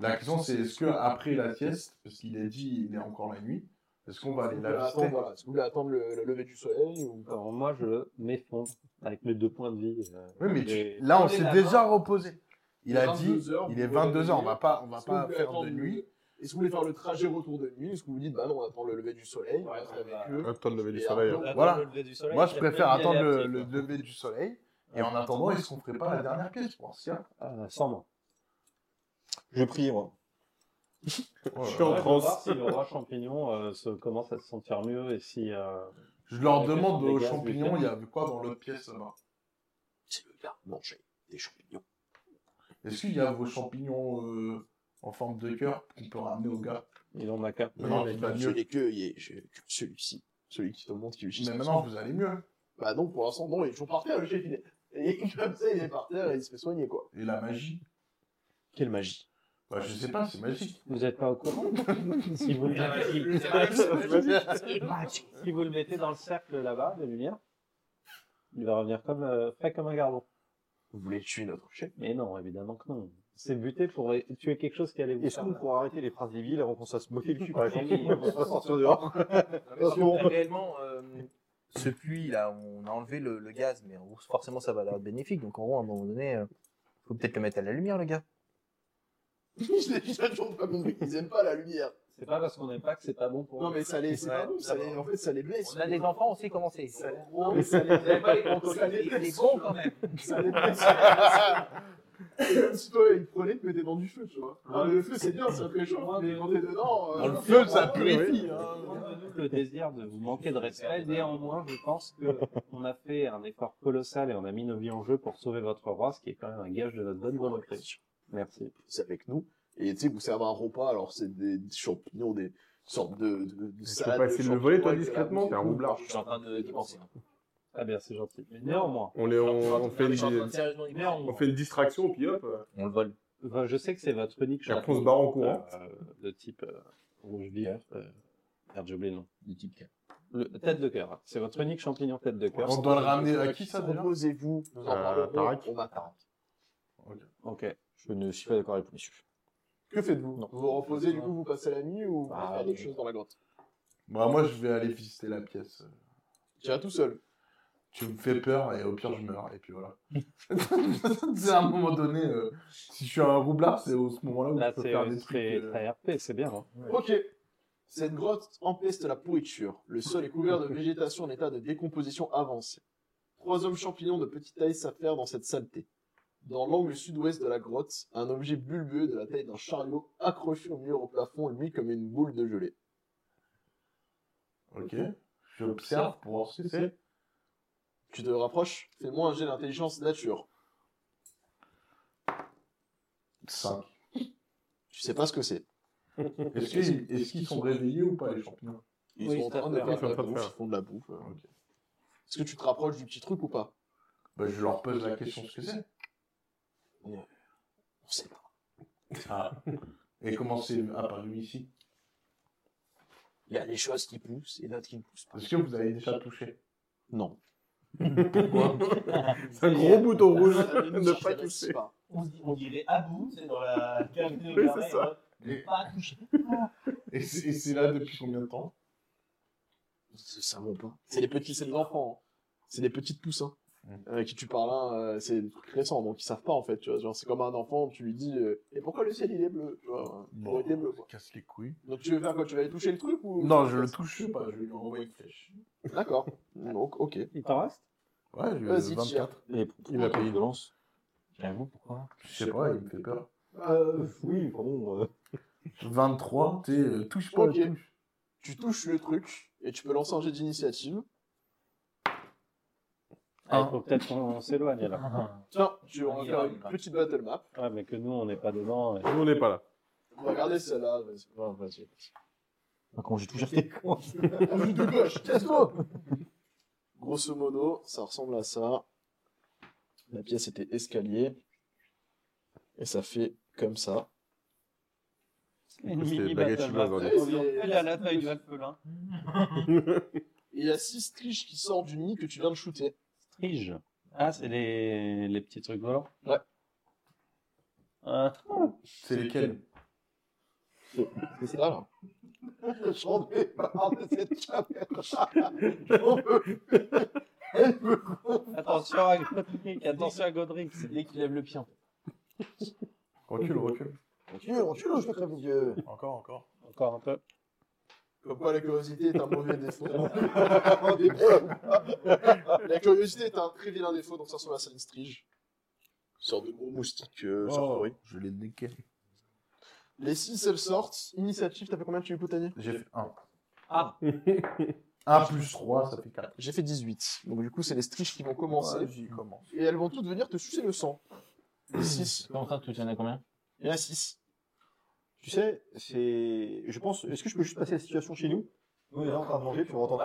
Speaker 4: La question, c'est est-ce que après la sieste, parce qu'il est dit, il est encore la nuit, est-ce qu'on va aller
Speaker 2: Est-ce
Speaker 4: la
Speaker 2: que vous voulez attendre,
Speaker 4: visiter
Speaker 2: voilà, Est-ce que vous voulez attendre le, le lever du soleil ou pas
Speaker 7: Alors, moi, je m'effondre avec mes deux points de vie. euh,
Speaker 4: Oui, mais
Speaker 7: et-
Speaker 4: tu- là, on
Speaker 2: Prenez
Speaker 4: s'est
Speaker 7: hein.
Speaker 2: la
Speaker 4: déjà reposé. Il a
Speaker 2: 22
Speaker 4: dit,
Speaker 2: heures,
Speaker 4: il est
Speaker 2: vous pouvez
Speaker 4: 22h, on va pas, on va
Speaker 2: Est-ce que vous
Speaker 4: pas
Speaker 2: voulez
Speaker 4: faire
Speaker 2: attendre
Speaker 4: de
Speaker 2: le-
Speaker 4: nuit.
Speaker 2: Est-ce que vous voulez faire le trajet retour de nuit Est-ce que vous dites, bah non, on attend le lever du soleil, on
Speaker 8: Ouais,
Speaker 2: reste
Speaker 8: on va-
Speaker 2: avec eux
Speaker 1: Attends le lever du
Speaker 2: Et
Speaker 1: soleil.
Speaker 2: après,
Speaker 4: hein. Voilà.
Speaker 7: Le lever du soleil,
Speaker 4: Moi, je
Speaker 7: peut-être
Speaker 4: préfère
Speaker 7: même y
Speaker 4: attendre
Speaker 7: aller
Speaker 4: le,
Speaker 7: à pied,
Speaker 4: le lever du soleil. Et en attendant, est-ce qu'on ferait pas la dernière pièce pour voir s'il y a
Speaker 7: quoi. Euh, sans moi.
Speaker 6: Je vais prier, moi.
Speaker 1: Je suis en
Speaker 7: Ouais, je veux voir
Speaker 1: transe.
Speaker 7: si le roi champignon euh, se, commence à se sentir mieux et si. euh,
Speaker 4: Je leur
Speaker 7: Ouais,
Speaker 4: demande
Speaker 7: des
Speaker 4: aux
Speaker 7: gaz, des
Speaker 4: champignons,
Speaker 7: gaz.
Speaker 4: il y avait quoi dans l'autre pièce là-bas
Speaker 2: C'est le gars, manger des champignons.
Speaker 4: Est-ce qu'il y a vos champignons euh, en forme de cœur qu'on peut ramener au gars
Speaker 7: il en a qu'un.
Speaker 4: Maintenant qu'il va
Speaker 2: Je
Speaker 4: mieux.
Speaker 2: n'ai que il y a- je- que celui-ci. Celui qui te montre qui lui
Speaker 4: Mais maintenant vous allez mieux.
Speaker 2: Bah non, pour l'instant, non, il est toujours par terre, le chef. Il est... Et comme ça, il est par terre et il se fait soigner, quoi.
Speaker 4: Et la magie
Speaker 2: Quelle magie.
Speaker 4: Bah je sais pas, c'est magique.
Speaker 7: Vous n'êtes pas au courant si, vous le... si vous le mettez dans le cercle là-bas, de lumière, il va revenir comme, euh, frais comme un gardon.
Speaker 2: Vous voulez tuer notre chef
Speaker 7: Mais non, évidemment que non. C'est buté pour é- tuer quelque chose qui allait vous
Speaker 6: Est-ce
Speaker 7: faire
Speaker 6: qu'on
Speaker 7: mal.
Speaker 6: pourra arrêter les princes des villes avant qu'on se fasse moquer le cul par les champignons On va sortir dehors.
Speaker 8: Parce que
Speaker 6: Bon.
Speaker 8: réellement, euh, ce puits là, on a enlevé le, le gaz, mais en gros, forcément ça va être bénéfique. Donc en gros, à un moment donné, euh, faut peut-être le mettre à la lumière, le gars.
Speaker 2: Je l'ai déjà toujours pas compris qu'ils aiment pas la lumière.
Speaker 7: C'est pas parce qu'on n'aime pas que c'est pas bon pour
Speaker 2: Non,
Speaker 7: eux.
Speaker 2: mais ça les, c'est
Speaker 8: Ouais,
Speaker 2: pas bon, ça les, en fait, ça les blesse.
Speaker 8: On a des enfants, on sait comment c'est.
Speaker 2: Ça, non, mais ça les,
Speaker 8: Vous avez pas les
Speaker 2: ça les
Speaker 8: concoquilles, les
Speaker 2: blesse.
Speaker 8: bons quand même.
Speaker 2: Ça les blesse. C'est comme si toi, il te prenait, te mettait dans du feu, tu vois.
Speaker 8: Ah,
Speaker 2: Alors, le feu, c'est bien, ça fait chaud, mais quand t'es dedans. euh,
Speaker 4: Dans le feu, ça purifie.
Speaker 7: Loin de nous le désir de vous manquer de respect. Néanmoins, je pense que on a fait un effort colossal et on a mis nos vies en jeu pour sauver votre roi, ce qui est quand même un gage de notre bonne volonté. Merci.
Speaker 2: c'est avec nous. Et tu sais, vous servez un repas, alors c'est des des champignons, des sortes de, de, de
Speaker 1: Tu peux pas essayer de le voler, toi, discrètement T'es un roublard.
Speaker 8: Je suis en train de d'y penser.
Speaker 7: Ah bien, c'est gentil. Mais néanmoins,
Speaker 1: On, les, on, on fait
Speaker 8: Je suis en train
Speaker 1: une,
Speaker 8: de sérieusement d'y penser.
Speaker 1: on fait une distraction, puis hop. euh.
Speaker 8: On le vole.
Speaker 7: enfin, je sais que c'est votre unique
Speaker 1: Et après,
Speaker 7: champion,
Speaker 1: on se barre en courant.
Speaker 7: euh, de type euh, rouge vif. Euh, merde, j'ai oublié le nom.
Speaker 8: Du type K.
Speaker 7: Le, tête de cœur. C'est votre unique champignon tête de cœur.
Speaker 4: On doit le
Speaker 2: Ah,
Speaker 4: ramener
Speaker 2: euh,
Speaker 4: à qui ça déjà
Speaker 2: Reposez-vous, nous en
Speaker 1: Euh,
Speaker 2: parlerons,
Speaker 1: Tarak.
Speaker 2: on attend.
Speaker 7: Ok.
Speaker 6: Je ne suis pas d'accord avec monsieur.
Speaker 2: Que faites-vous
Speaker 6: Non.
Speaker 2: Vous vous reposez, du coup, vous passez la nuit ou vous
Speaker 6: Ah,
Speaker 2: allez faire d'autres
Speaker 6: oui.
Speaker 2: choses dans la grotte
Speaker 4: Bah moi je vais aller visiter la pièce.
Speaker 2: Tu vas tout seul.
Speaker 4: Tu me fais peur et au pire je meurs et puis voilà. c'est à un moment donné, euh, si je suis un roublard, c'est au ce moment-là où
Speaker 7: Là,
Speaker 4: je peux
Speaker 7: c'est
Speaker 4: faire des
Speaker 7: c'est
Speaker 4: trucs. euh,
Speaker 7: très RP, c'est bien. hein.
Speaker 2: Ok. Cette grotte empeste la pourriture. Le sol est couvert de végétation en état de décomposition avancée. Trois hommes champignons de petite taille s'affairent dans cette saleté. Dans l'angle sud-ouest de la grotte, un objet bulbeux de la taille d'un chariot accroché au mur au plafond, lui comme une boule de gelée.
Speaker 4: Ok. J'observe pour voir ce que c'est.
Speaker 2: Tu te rapproches Fais-moi un jet d'intelligence nature.
Speaker 4: 5.
Speaker 2: Tu sais pas ce que c'est.
Speaker 4: Est-ce qu'ils est-ce qu'ils sont réveillés ou pas les champignons
Speaker 2: Ils
Speaker 3: Oui,
Speaker 2: sont en
Speaker 3: ils sont
Speaker 2: train de faire
Speaker 1: en
Speaker 2: de
Speaker 1: train
Speaker 2: la
Speaker 1: de faire.
Speaker 2: bouffe, ils font de la bouffe. euh.
Speaker 4: Ok.
Speaker 2: Est-ce que tu te rapproches du petit truc ou pas
Speaker 4: Bah, je leur pose la question ce que c'est.
Speaker 2: On sait pas.
Speaker 4: Ah. Et comment c'est apparu ici
Speaker 2: Il y a des choses qui poussent et d'autres qui ne poussent pas.
Speaker 4: Est-ce que vous avez déjà touché
Speaker 2: Non.
Speaker 1: C'est un gros bouton rouge.
Speaker 2: ne
Speaker 1: Ne pas toucher.
Speaker 8: On se dit- on dirait Abou, c'est dans la cave de hein.
Speaker 1: Oui,
Speaker 8: Gareth,
Speaker 1: c'est ça.
Speaker 8: Ne pas toucher.
Speaker 4: Et c'est et c'est là depuis combien de temps
Speaker 2: Ça ça vaut pas. C'est des petits, c'est des enfants. hein. C'est des petites poussins. Euh, qui tu parles, hein, euh, c'est des trucs récents, donc ils savent pas en fait, tu vois. Genre, c'est comme un enfant, tu lui dis, euh, et pourquoi le ciel il est bleu, tu vois. hein. Il
Speaker 4: Bon.
Speaker 2: aurait été bleu, quoi.
Speaker 4: Casse les couilles.
Speaker 2: Donc tu veux faire quoi, tu vas aller toucher le truc ou
Speaker 4: Non, je le touche pas, je lui envoie une flèche.
Speaker 2: D'accord. Donc, ok. Euh,
Speaker 7: Il t'en reste
Speaker 4: Ouais, j'ai
Speaker 2: Vas-y,
Speaker 4: 24.
Speaker 6: Et
Speaker 1: Il a payé.
Speaker 6: lance. J'avoue, pourquoi
Speaker 4: Je sais pas, il me fait peur.
Speaker 6: euh, Oui, pardon. euh,
Speaker 4: 23, tu sais, euh, touche pas.
Speaker 2: Ok.
Speaker 4: tu touches.
Speaker 2: Tu touches le truc et tu peux lancer un jet d'initiative.
Speaker 7: Ah, il faut peut-être qu'on s'éloigne là.
Speaker 2: Tiens, tu on va
Speaker 8: On y
Speaker 2: faire
Speaker 8: va,
Speaker 2: une
Speaker 8: on y va.
Speaker 2: petite battle map.
Speaker 7: Ouais, mais que nous, on n'est pas dedans. et-
Speaker 1: Nous, on n'est pas là.
Speaker 2: On va regarder celle-là. Vas-y. Ouais, vas-y.
Speaker 6: Quand j'ai toujours été con.
Speaker 2: On joue de gauche, let's go Grosso modo, ça ressemble à ça. La pièce était escalier. Et ça fait comme ça.
Speaker 7: Une
Speaker 1: C'était
Speaker 7: mini
Speaker 1: baguette
Speaker 7: battle hein.
Speaker 1: chinoise,
Speaker 7: map.
Speaker 1: ouais.
Speaker 7: Elle ressemble à la taille du Alphelin.
Speaker 2: Et il y a 6 triches qui sortent du nid que tu viens de shooter.
Speaker 7: Trige. Ah, c'est les... les petits trucs volants
Speaker 2: Ouais.
Speaker 7: Ah,
Speaker 4: C'est lesquels
Speaker 2: C'est ça là. J'en ai marre de cette caméra. J'en veux
Speaker 7: attention à Godric, attention à Godric, c'est dès qu'il lève le pied. en fait.
Speaker 4: Recule, recule.
Speaker 2: plus, on tue, je te crève les yeux.
Speaker 4: Encore, encore.
Speaker 7: Encore un peu.
Speaker 2: Comme quoi la curiosité est un mauvais défaut. On est bon. la curiosité est un très vilain défaut, donc ça ressemble à ça une strige. Sort de gros moustiques
Speaker 6: Oh.
Speaker 2: euh, sartori.
Speaker 4: Oh, je l'ai niqué.
Speaker 2: Les 6, elles sortent. Initiative, t'as fait combien tu coup, Tani
Speaker 4: J'ai fait 1.
Speaker 7: Ah.
Speaker 4: 1 Ah, plus 3, ça fait 4.
Speaker 2: J'ai fait 18. Donc du coup, c'est les striches qui vont commencer.
Speaker 4: J'y commence.
Speaker 2: Et elles vont toutes venir te sucer le sang. Les 6.
Speaker 3: Comme ça, tu en as combien
Speaker 2: Il y en a 6.
Speaker 6: Tu sais, c'est. Je pense. Est-ce que je peux juste passer la situation chez nous Nous, on est là en train de manger, puis on entend.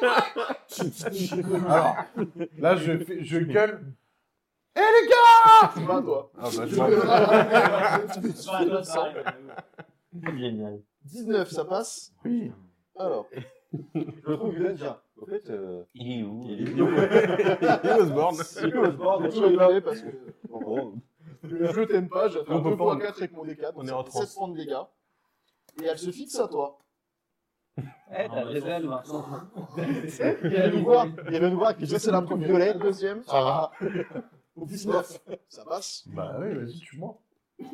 Speaker 4: Alors, Ah. là, je, fais- je gueule.
Speaker 2: C'est pas à toi.
Speaker 1: Ah, bah,
Speaker 2: Tu
Speaker 1: je
Speaker 2: te sucer le sang.
Speaker 3: Génial.
Speaker 2: 19, ça passe
Speaker 4: Oui.
Speaker 2: Alors,
Speaker 6: Je le trouve, il vient de dire. En fait, euh,
Speaker 3: Il est où
Speaker 6: il est où Il est au bord,
Speaker 2: on peut
Speaker 6: donc il est là.
Speaker 2: rigoler parce que
Speaker 6: En gros,
Speaker 2: le jeu t'aime pas, j'ai fait
Speaker 1: On peut
Speaker 2: 2
Speaker 1: pas,
Speaker 2: fois
Speaker 1: on-
Speaker 2: 4 avec mon D4,
Speaker 1: on est en
Speaker 2: donc ça fait 7 points de dégâts. Et elle se fixe à toi.
Speaker 7: Eh, t'as des ailes, Vincent.
Speaker 2: Et elle nous voit, et elle nous voit, que c'est la première violet, deuxième, ça va. Au 19, ça passe.
Speaker 4: Bah oui, vas-y, tu mens.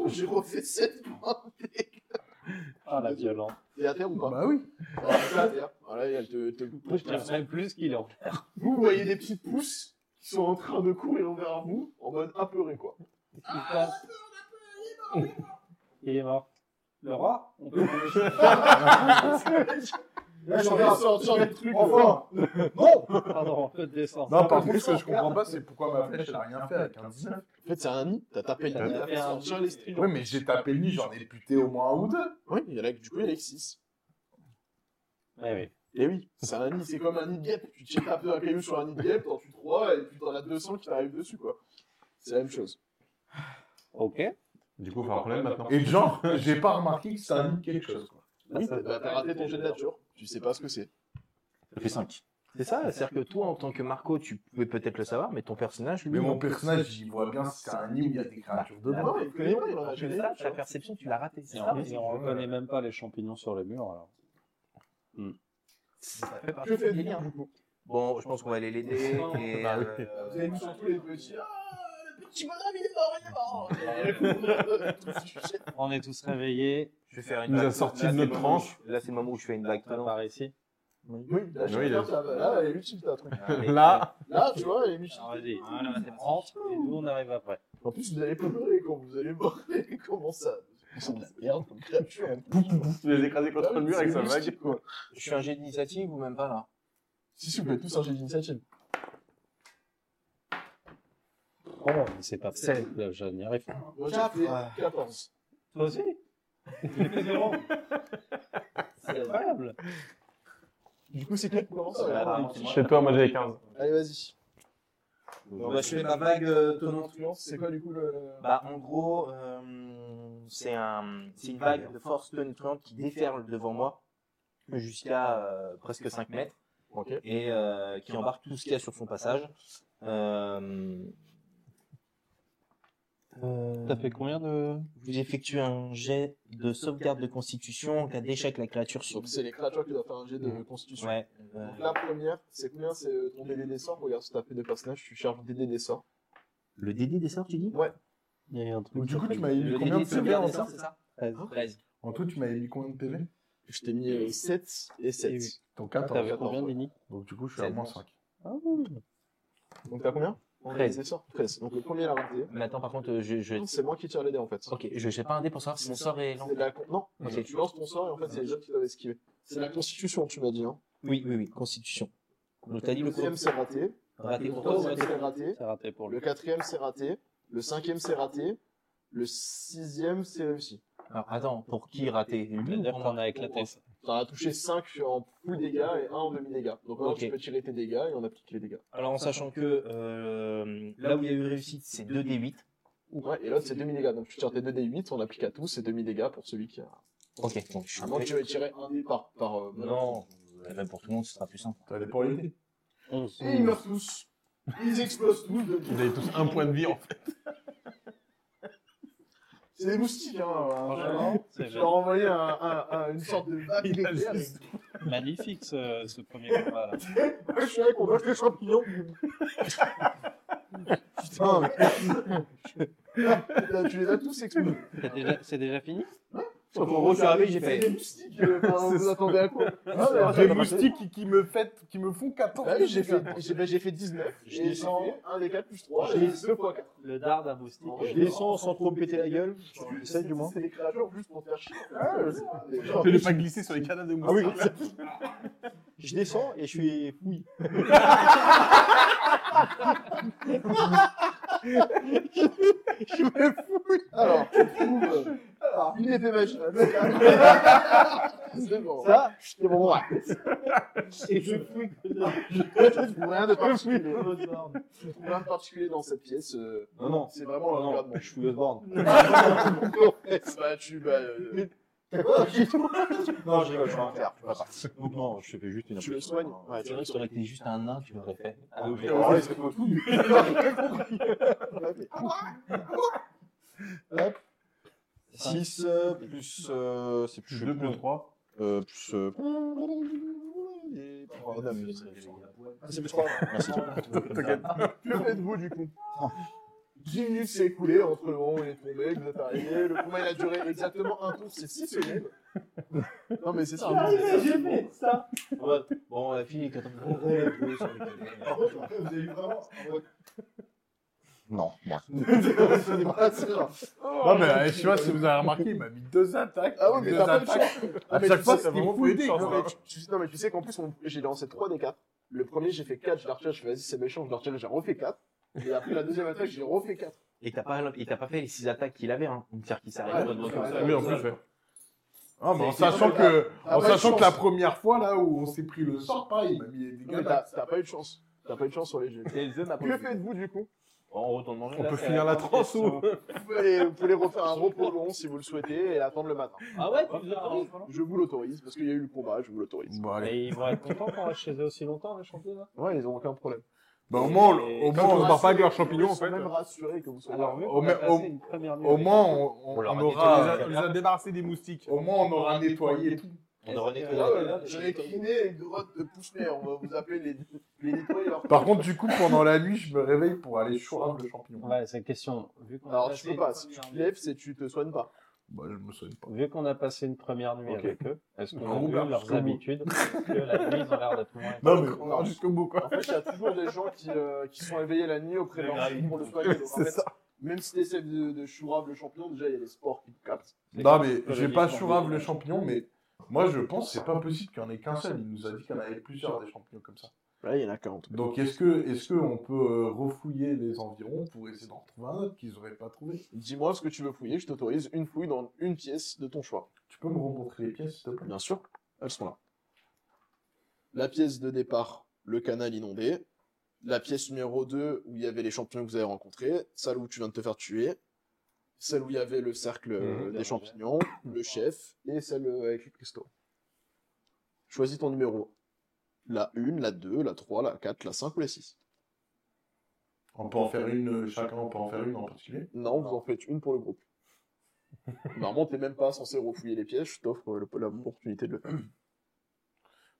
Speaker 2: J'ai refait 7 points.
Speaker 7: Ah, la violence.
Speaker 2: T'es à terre ou pas
Speaker 4: Bah oui.
Speaker 2: Alors, t'es à terre. Voilà, et elle te, te
Speaker 7: Je dirais même plus qu'il est en
Speaker 2: Vous voyez des petites pousses qui sont en train de courir vers vous, en mode apeuré, quoi.
Speaker 7: Il passe. Il est mort. Le roi On peut
Speaker 2: Là, j'en ai sortir les trucs.
Speaker 4: Enfin
Speaker 7: Pardon, on peut descendre.
Speaker 4: Non, par contre, ce que je comprends pas, c'est pourquoi ma flèche, elle a rien fait avec un 19.
Speaker 2: En fait, c'est un nid, t'as tapé le nid, t'as
Speaker 7: T'as
Speaker 2: fait
Speaker 7: tapé un
Speaker 2: sortir
Speaker 7: nid.
Speaker 2: les strips.
Speaker 4: Ouais, mais j'ai tapé le nid, j'en ai buté au moins un ou deux.
Speaker 2: Oui, il y en a, du coup, il y en a 6.
Speaker 7: Eh oui.
Speaker 2: Et oui, c'est un nid, Ah, c'est comme un nid de guêpe. Tu tapes un caillou sur un nid de guêpe, t'en tues 3, et puis t'en as 200 qui t'arrivent dessus, quoi. C'est la même chose.
Speaker 7: Ok.
Speaker 1: Du coup, il faut un problème maintenant.
Speaker 4: Et genre, j'ai pas remarqué que ça a mis quelque chose. quoi.
Speaker 2: Oui, bah, t'as raté ton jet de nature. Tu sais pas ce que c'est.
Speaker 3: Ça fait 5.
Speaker 8: C'est ça, c'est-à-dire que toi, en tant que Marco, tu pouvais peut-être le savoir, mais ton personnage, lui, Ah,
Speaker 4: Mais mon personnage, il voit bien si c'est un nid où il y a Bah, des créatures dedans.
Speaker 2: Non, mais il connaît pas, il en a jamais
Speaker 3: Ça,
Speaker 2: eu, tu
Speaker 3: ta
Speaker 2: vois.
Speaker 3: perception, tu l'as ratée. c'est
Speaker 7: Et
Speaker 3: ça
Speaker 7: on, et on reconnaît même pas les champignons sur les murs alors.
Speaker 2: Je fais bien.
Speaker 8: Bon, je pense qu'on va aller l'aider. et,
Speaker 1: Bah oui.
Speaker 8: euh,
Speaker 2: Vous avez mis sur tous les petits. Ah, le petit bonhomme, il est mort, il est mort. Et elle court, tout ce sujet.
Speaker 7: On est tous réveillés.
Speaker 8: je vais faire une
Speaker 1: Il nous a
Speaker 8: blague.
Speaker 1: sorti
Speaker 8: Là,
Speaker 1: de
Speaker 8: c'est
Speaker 1: notre
Speaker 8: le moment où
Speaker 1: tranche.
Speaker 8: je- Là, c'est le moment où je fais une blague.
Speaker 7: par ici.
Speaker 2: Oui, là, je
Speaker 1: Oui,
Speaker 2: vais
Speaker 1: il a-
Speaker 2: faire ça, là, elle est utile, ta truc.
Speaker 8: euh,
Speaker 1: Là,
Speaker 2: Là, tu vois, elle est utile.
Speaker 7: Alors Ah, vas-y, rentre et nous on arrive après.
Speaker 2: En plus, vous allez pas pleurer quand vous allez morder. Comment ça C'est de la merde, comme créature.
Speaker 1: tu les écraser contre le mur avec sa vague.
Speaker 2: quoi.
Speaker 8: Je suis un jet d'initiative ou même pas là
Speaker 2: Si, si, vous pouvez tous un jet d'initiative.
Speaker 7: Oh, mais c'est pas possible, là, je n'y arrive pas.
Speaker 2: Moi, j'ai fait 14.
Speaker 7: Toi aussi J'ai fait zéro. C'est incroyable.
Speaker 2: Du coup, c'est qui qui commence
Speaker 1: Je sais pas, moi j'avais 15.
Speaker 2: Allez, vas-y.
Speaker 8: Bon, bah, Je fais ma blague euh, tonnante.
Speaker 2: Influence, c'est quoi, du coup, le...
Speaker 8: Bah, en gros, euh, c'est un, c'est une vague de force tonitruante qui déferle devant moi jusqu'à euh, presque 5 mètres et euh, qui embarque tout ce qu'il y a sur son passage. Euh, euh,
Speaker 7: T'as fait combien de.
Speaker 8: vous effectuez un jet de sauvegarde de constitution en cas d'échec la créature sur
Speaker 2: Donc, c'est les créatures qui doivent faire un jet de constitution.
Speaker 8: Ouais. euh,
Speaker 2: Donc, la première, c'est combien C'est euh, ton DD des sorts. Regarde, si t'as fait deux personnages, tu charges DD des sorts.
Speaker 8: le DD des sorts, tu dis
Speaker 7: Il y a un truc.
Speaker 4: Donc, du coup, tu m'avais mis
Speaker 8: Le
Speaker 4: combien
Speaker 8: DD de
Speaker 4: de PV
Speaker 8: sauvegarde
Speaker 4: en
Speaker 8: des sorts,
Speaker 4: tout
Speaker 8: c'est ça
Speaker 7: Treize.
Speaker 8: Treize.
Speaker 4: En tout, tu m'avais mis combien de PV
Speaker 2: Je t'ai mis
Speaker 3: euh,
Speaker 2: 7 et 7.
Speaker 7: Et huit.
Speaker 4: Donc
Speaker 2: Ah,
Speaker 7: T'avais
Speaker 4: 14.
Speaker 7: combien, Mini
Speaker 4: Donc du coup, je suis à moins 5.
Speaker 2: Donc t'as combien En
Speaker 3: Treize.
Speaker 2: réalisation 13. Donc le premier l'a raté.
Speaker 3: Mais attends, par contre, euh, je. je...
Speaker 2: Non, C'est moi qui tire les dés en fait.
Speaker 3: Ok, je jette pas un dé pour savoir si mon sort est lent.
Speaker 2: C'est la... con- Non,
Speaker 3: Ok.
Speaker 2: parce que tu lances ton sort et en fait c'est les autres qui doivent esquiver. C'est la constitution, tu m'as dit. Hein.
Speaker 3: Oui, oui, oui, constitution. Donc t'as dit
Speaker 2: Le
Speaker 3: le
Speaker 2: deuxième c'est raté.
Speaker 3: Raté
Speaker 2: Le
Speaker 3: pour toi ou
Speaker 2: troisième
Speaker 3: raté
Speaker 2: c'est raté.
Speaker 7: C'est raté pour lui.
Speaker 2: Le quatrième c'est raté. Le cinquième c'est raté. Le sixième c'est réussi.
Speaker 3: Alors attends, pour qui raté Lui ou
Speaker 7: C'est-à-dire
Speaker 3: pour
Speaker 7: qu'on
Speaker 3: moi
Speaker 7: a éclaté ça.
Speaker 2: T'en as touché 5 en full dégâts et 1 en demi-dégâts. Donc maintenant
Speaker 3: Ok.
Speaker 2: tu peux tirer tes dégâts et on applique les dégâts.
Speaker 3: Alors en sachant que euh, là où il y a eu réussite, c'est 2d8.
Speaker 2: Ouais, et l'autre c'est euh, demi-dégâts. Donc tu tires tes 2d8, on applique à tous et demi-dégâts pour celui qui a.
Speaker 3: Ok, donc Ah, je suis
Speaker 2: À moins que
Speaker 3: prêt.
Speaker 2: tu veux tirer un dé par. par euh,
Speaker 3: Non, euh, même pour tout le monde, ce sera plus simple.
Speaker 4: T'as les pour l'aider.
Speaker 2: Et ils meurent tous. Ils explosent tous. de-
Speaker 1: Vous avez tous un point de vie en fait.
Speaker 2: C'est des moustiques, hein.
Speaker 7: Franchement, c'est
Speaker 2: Je leur envoyer un, un- un- une sorte de vague
Speaker 1: Il a
Speaker 2: d'éclairs.
Speaker 1: juste-
Speaker 7: magnifique ce, ce premier combat là.
Speaker 2: Je suis avec, on mange les champignons. Putain, mais- Là, tu les as tous explosés.
Speaker 7: C'est déjà, c'est déjà fini
Speaker 2: En
Speaker 3: gros, je suis arrivé, j'ai fait-
Speaker 2: C'est des moustiques, euh, enfin, vous attendez à quoi
Speaker 4: Des moustiques qui- qui me fait- qui me font 14.
Speaker 2: Bah oui, j'ai fait, j'ai, bah, j'ai fait 19.
Speaker 7: Je
Speaker 2: J'ai
Speaker 7: descends.
Speaker 2: 1 des 4 plus 3.
Speaker 7: Je
Speaker 2: J'ai
Speaker 7: descends.
Speaker 2: 2 fois 4.
Speaker 7: Le dard d'un moustique.
Speaker 2: Je descends
Speaker 7: sans trop me péter la gueule.
Speaker 2: C'est C'est des créatures juste pour te faire chier. Ah,
Speaker 1: Je l'ai pas Ah glissé sur les cadavres de moustiques.
Speaker 6: Je descends et je suis fouille.
Speaker 2: Alors, tu trouves euh, alors, une épée magique. C'est bon.
Speaker 7: Ça,
Speaker 2: c'est bon, ouais.
Speaker 7: Et je fouille que le dard.
Speaker 2: Je trouve rien de particulier. Je trouve rien de particulier dans cette pièce. euh,
Speaker 6: Non, non.
Speaker 2: C'est vraiment le regard de
Speaker 6: non, je fouille Osborne.
Speaker 2: mon Bah, tu. Bah, euh,
Speaker 6: Non, je rigole, je suis un faire. Donc non, je fais juste une
Speaker 2: tu le soignes. Ouais,
Speaker 3: Bah, C'est vrai que ça aurait été juste un nain, tu l'aurais fait.
Speaker 6: Ah, oui,
Speaker 2: Alors,
Speaker 6: oui.
Speaker 2: ouais, c'est pas tout. Ouais, mais-
Speaker 6: 6 plus. euh, c'est plus.
Speaker 1: 2 plus 3.
Speaker 6: Euh, plus. euh,
Speaker 2: Oh, Ah, c'est plus trois.
Speaker 6: Merci.
Speaker 1: T'inquiète.
Speaker 2: Que faites-vous du coup 10 minutes s'est écoulée entre le moment où il est tombé, que vous êtes arrivé. Le combat il a duré exactement un tour, c'est 6 secondes. Non mais c'est ça.
Speaker 6: Ah,
Speaker 3: Bon, la fille, quand on
Speaker 2: Par contre, après, vous avez eu vraiment.
Speaker 6: Non, moi.
Speaker 2: Vous avez brassé, genre.
Speaker 4: Non, mais je sais pas si vous avez remarqué, il m'a mis deux attaques.
Speaker 2: Ah oui, mais
Speaker 4: deux
Speaker 2: t'as pas eu de
Speaker 4: attaques.
Speaker 2: chance.
Speaker 4: À
Speaker 2: Ah, mais
Speaker 4: chaque
Speaker 2: tu
Speaker 4: fois,
Speaker 2: sais,
Speaker 4: c'était
Speaker 2: vraiment
Speaker 4: full
Speaker 2: pas eu de
Speaker 4: dé,
Speaker 2: chance,
Speaker 4: quoi.
Speaker 2: hein. Tu- tu- Non, mais tu sais qu'en plus, on- j'ai lancé 3 des 4. Le premier, j'ai fait 4, je l'ai retiré, je fais vas-y, c'est méchant, je l'ai retiré, j'ai refait 4. Et après, la deuxième attaque, j'ai refait 4.
Speaker 3: Et t'as pas, et t'as pas fait les 6 attaques qu'il avait, hein. Une faire qui s'arrête.
Speaker 2: Ouais,
Speaker 1: Ah oui, en plus, ouais.
Speaker 4: Ah, mais en
Speaker 2: C'est- c'est
Speaker 4: sachant
Speaker 2: vrai,
Speaker 4: que,
Speaker 2: Ah,
Speaker 4: en
Speaker 2: pas de
Speaker 4: sachant que
Speaker 2: chance.
Speaker 4: la première fois, là, où on s'est pris le sort, pareil, il m'a mis des
Speaker 2: Non, mais
Speaker 4: gars.
Speaker 2: T'as t'as pas eu de chance. T'as pas eu de chance sur les jeux. Que faites-vous du coup
Speaker 3: On retourne manger.
Speaker 1: On peut finir la transe ou
Speaker 2: vous pouvez, aller- vous pouvez aller refaire un repos long si vous le souhaitez et attendre le matin.
Speaker 3: Ah ouais, tu nous as parlé
Speaker 2: Je vous l'autorise parce qu'il y a eu le combat, je vous l'autorise.
Speaker 4: Bon, allez.
Speaker 7: Et ils vont être contents qu'on reste chez eux aussi longtemps, les champions. hein. là
Speaker 2: Ouais, ils ont aucun problème.
Speaker 4: Bah, au moins, on- au
Speaker 2: Ils
Speaker 4: moins,
Speaker 2: sont
Speaker 4: on se barre pas avec leurs
Speaker 2: rassurés-
Speaker 4: champignons, en
Speaker 2: Ils sont
Speaker 4: fait.
Speaker 2: même rassurés que vous soyez
Speaker 7: Alors, vu
Speaker 4: Au
Speaker 7: qu'on a
Speaker 4: ma-
Speaker 7: passé
Speaker 4: au-
Speaker 7: une première nuit
Speaker 4: Au
Speaker 7: avec
Speaker 4: moins,
Speaker 7: eux,
Speaker 4: on, on-
Speaker 3: On leur a nettoyé
Speaker 4: on
Speaker 1: On les
Speaker 4: aura,
Speaker 1: a- on les a débarrassés des moustiques.
Speaker 4: au moins, on aura nettoyé tout.
Speaker 3: On aurait nettoyé
Speaker 2: Ah
Speaker 3: la
Speaker 2: ouais, J'ai criné une grotte de pouce-mer, on va vous appeler les, les nettoyeurs.
Speaker 4: Par contre, du coup, pendant la nuit, je me réveille pour aller chourave le champignon.
Speaker 7: Ouais, c'est la question. Vu qu'on a
Speaker 2: Alors, tu
Speaker 7: passé
Speaker 2: peux
Speaker 7: une
Speaker 2: pas, si tu
Speaker 7: première
Speaker 2: te
Speaker 7: nuit-
Speaker 2: lèves, Bah, c'est tu te soignes pas.
Speaker 4: Bah, je me soigne pas.
Speaker 7: Vu qu'on a passé une première nuit avec eux, est-ce qu'on a
Speaker 4: Gros
Speaker 7: vu
Speaker 4: barge,
Speaker 7: leurs
Speaker 4: jusqu'au bout.
Speaker 7: habitudes Est-ce que la nuit, ils ont l'air d'être moins.
Speaker 4: Non, mais on va jusqu'au bout, quoi.
Speaker 2: En fait, il y a toujours des gens qui, euh, qui sont éveillés la nuit auprès de leur
Speaker 3: Ouais,
Speaker 2: pour le soigner. Donc, en
Speaker 4: C'est
Speaker 2: fait,
Speaker 4: ça.
Speaker 2: Même si t'essaies de, de chourave le champion, déjà, il y a les sports qui te captent.
Speaker 4: Non, mais
Speaker 7: la
Speaker 4: j'ai
Speaker 7: vie
Speaker 4: pas
Speaker 7: sans
Speaker 4: chourave
Speaker 7: vie.
Speaker 4: le champignon, mais moi, je pense que c'est pas possible qu'il y en ait qu'un seul. Il nous a dit qu'il y en avait plusieurs des champignons comme ça.
Speaker 2: Là, il y en a 40.
Speaker 4: Donc, est-ce que, est-ce que on peut euh, refouiller les environs pour essayer d'en retrouver un autre qu'ils auraient pas trouvé
Speaker 2: Dis-moi ce que tu veux fouiller, je t'autorise une fouille dans une pièce de ton choix.
Speaker 4: Tu peux me remontrer les pièces, s'il te plaît
Speaker 2: Bien sûr, elles sont là. La pièce de départ, le canal inondé. La pièce numéro 2, où il y avait les champignons que vous avez rencontrés. Celle où tu viens de te faire tuer. Celle où il y avait le cercle euh, des champignons, le chef, et celle euh, avec les cristaux. Choisis ton numéro. La 1, la 2, la 3, la 4, la 5 ou la 6.
Speaker 4: On peut en faire une, euh, chacun on peut en faire une en particulier
Speaker 2: Non, vous en faites une pour le groupe. Normalement, t'es même pas censé refouiller les pièces, je t'offre euh, le- l'opportunité de le faire.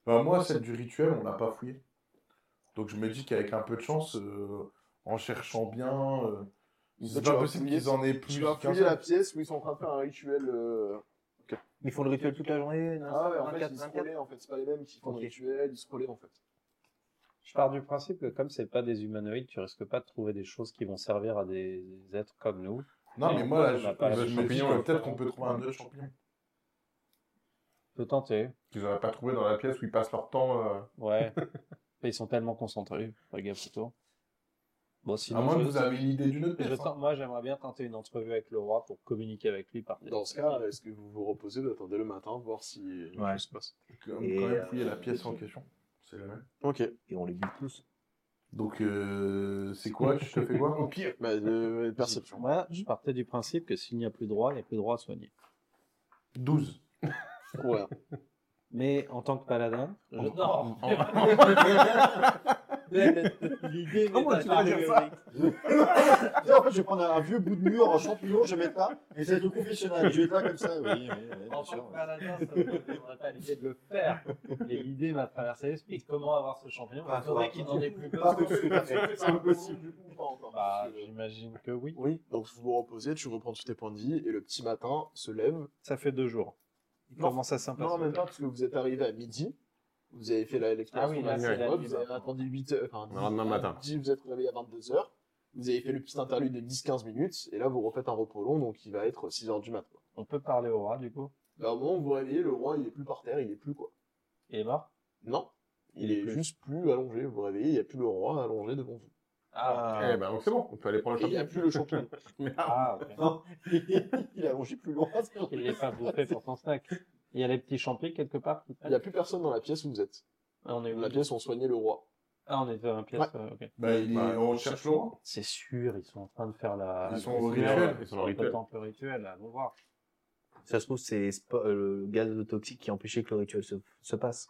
Speaker 4: Bah, moi, celle du rituel, on l'a pas fouillée. Donc, je me dis qu'avec un peu de chance, euh, en cherchant bien, euh,
Speaker 2: Toi,
Speaker 4: c'est
Speaker 2: tu
Speaker 4: pas
Speaker 2: vas
Speaker 4: possible
Speaker 2: fouiller-
Speaker 4: qu'ils en aient
Speaker 2: Tu
Speaker 4: plus
Speaker 2: vas
Speaker 4: qu'un
Speaker 2: fouiller la
Speaker 4: seul.
Speaker 2: pièce où ils sont en train de faire un rituel. euh,
Speaker 3: Ils font le rituel toute la journée.
Speaker 2: Ah ouais, en fait,
Speaker 3: 24,
Speaker 2: ils
Speaker 3: 24.
Speaker 2: scrollaient, en fait. C'est pas les mêmes qui font
Speaker 3: Ok.
Speaker 2: des rituels, ils scrollaient, en fait.
Speaker 7: Je pars du principe que comme c'est pas des humanoïdes, tu risques pas de trouver des choses qui vont servir à des êtres comme nous.
Speaker 4: Non, mais moi, là,
Speaker 7: On
Speaker 4: je,
Speaker 7: a pas
Speaker 4: je
Speaker 7: le
Speaker 4: me dis
Speaker 7: champignon.
Speaker 4: que peut-être qu'on peut trouver un autre champignon.
Speaker 7: Peut tenter.
Speaker 1: Qu'ils n'auraient pas trouvé dans la pièce où ils passent leur temps. euh,
Speaker 7: Ouais. Mais Ils sont tellement concentrés. Pas gaffe autour. Bon,
Speaker 4: À
Speaker 7: sinon.
Speaker 4: moins que
Speaker 7: je-
Speaker 4: vous avez une idée d'une autre
Speaker 7: je
Speaker 4: pièce.
Speaker 7: tente- Moi, j'aimerais bien tenter une entrevue avec le roi pour communiquer avec lui par
Speaker 2: Dans ce cas, est-ce que vous vous reposez, vous attendez le matin, voir si
Speaker 8: Ouais.
Speaker 2: tout se passe
Speaker 4: hein. Quand
Speaker 8: Et,
Speaker 4: quand même
Speaker 8: euh,
Speaker 4: fouiller la pièce en question. C'est la même.
Speaker 2: Ok.
Speaker 8: Et on les bute tous.
Speaker 4: Donc, euh, c'est quoi Tu te fais voir Au pire.
Speaker 2: Bah, de, perception.
Speaker 7: Moi, je partais du principe que s'il n'y a plus de roi, il n'y a plus de roi à soigner.
Speaker 4: 12.
Speaker 2: Ouais.
Speaker 7: Mais en tant que paladin, je...
Speaker 8: Non L'idée
Speaker 4: Comment tu vas dire ça
Speaker 8: En fait, je vais prendre un vieux bout de mur en champignon, je vais mettre là, et c'est tout professionnel. Je vais être là comme ça, oui, oui, oui, bien
Speaker 7: En tant
Speaker 8: sûr.
Speaker 7: que paladin, ça ne me viendrait pas l'idée de le faire. Et l'idée m'a traversé l'esprit. Comment avoir ce champignon
Speaker 5: Ah,
Speaker 8: Pas
Speaker 7: Il faudrait
Speaker 8: toi.
Speaker 7: qu'il n'en ait plus
Speaker 8: Pas
Speaker 7: peur.
Speaker 8: tout de suite, c'est impossible.
Speaker 7: Bah, j'imagine que oui.
Speaker 2: Oui, donc vous vous reposez, tu reprends tous tes points de vie, et le petit matin se lève.
Speaker 5: Ça fait deux jours. Il
Speaker 2: Non.
Speaker 5: commence à
Speaker 2: Non, en même
Speaker 5: s'impatienter.
Speaker 2: temps, parce que vous êtes arrivé à midi, vous avez fait la- l'expérience
Speaker 7: Ah oui,
Speaker 2: qu'on
Speaker 7: là,
Speaker 2: a
Speaker 7: c'est
Speaker 2: fait,
Speaker 7: la
Speaker 2: hop,
Speaker 7: nuit,
Speaker 2: vous avez
Speaker 7: maintenant.
Speaker 2: attendu 8 heures, enfin,
Speaker 1: Le lendemain matin.
Speaker 2: dix- vous êtes réveillé à 22h, vous avez fait le petit interlude de 10-15 minutes, et là vous refaites un repos long, donc il va être 6h du matin.
Speaker 7: On peut parler au roi, du coup.
Speaker 2: Bah, au moment où vous vous réveillez, le roi il est plus par terre, il est plus quoi.
Speaker 7: Il est mort
Speaker 2: Non, il, est juste plus allongé. Vous vous réveillez, il n'y a plus le roi allongé devant vous.
Speaker 5: Euh,
Speaker 1: Eh ben, donc c'est bon, on peut aller prendre le
Speaker 2: Et il n'y a
Speaker 1: champignon.
Speaker 2: plus le champion.
Speaker 7: Ah, ok.
Speaker 2: il est allongé plus loin. c'est vrai.
Speaker 7: Il n'est pas bouffé pour son snack. Il y a les petits champignons quelque part qui
Speaker 2: Il n'y a plus personne dans la pièce où vous êtes.
Speaker 7: Ah, on est
Speaker 2: Dans
Speaker 7: où
Speaker 2: la pièce où on soignait le roi.
Speaker 7: Ah, on est dans la pièce. euh, ok.
Speaker 4: Bah, il est-
Speaker 1: Bah,
Speaker 4: on cherche Laurent.
Speaker 7: C'est sûr, ils sont en train de faire la.
Speaker 4: Ils sont
Speaker 7: la-
Speaker 4: au
Speaker 7: la-
Speaker 4: rituel,
Speaker 1: ils sont au rituel.
Speaker 7: Le temple rituel, allons voir.
Speaker 8: Ça se trouve, c'est spa- euh, le gaz toxique qui empêchait que le rituel se, se passe.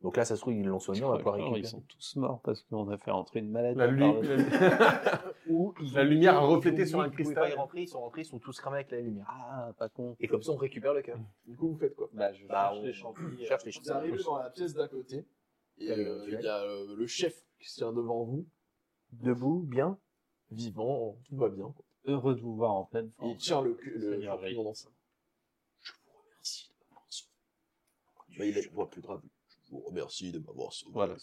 Speaker 8: Donc là, ça se trouve, ils l'ont soigné, on va pouvoir
Speaker 7: Ils sont
Speaker 8: récupérer.
Speaker 7: tous morts parce qu'on a fait entrer une maladie.
Speaker 1: La,
Speaker 7: par
Speaker 1: lu-
Speaker 7: le-
Speaker 1: la- la lumière a reflété sur un
Speaker 8: Ils pouvaient pas y
Speaker 1: cristal.
Speaker 8: rentrer, ils sont rentrés, ils sont tous cramés avec la lumière.
Speaker 7: Ah, pas con.
Speaker 8: Et comme ça, on récupère le cœur.
Speaker 2: Du coup, vous faites quoi
Speaker 7: Bah, je
Speaker 8: Bah,
Speaker 7: cherche
Speaker 8: on-
Speaker 7: les champignons.
Speaker 8: on cherche les
Speaker 2: euh, Vous arrivez dans la pièce d'à côté, et euh, il y a euh, le chef qui se tient devant vous,
Speaker 8: Debout, bien.
Speaker 2: vivant, tout va bien. quoi.
Speaker 7: Heureux de vous voir en pleine forme.
Speaker 2: Il tient le, cul- le
Speaker 7: Seigneur
Speaker 2: champignon dans sa main. Je vous remercie de m'avoir sauvé. Bah, il a la voix plus grave. Je vous remercie de m'avoir sauvé.
Speaker 7: Voilà.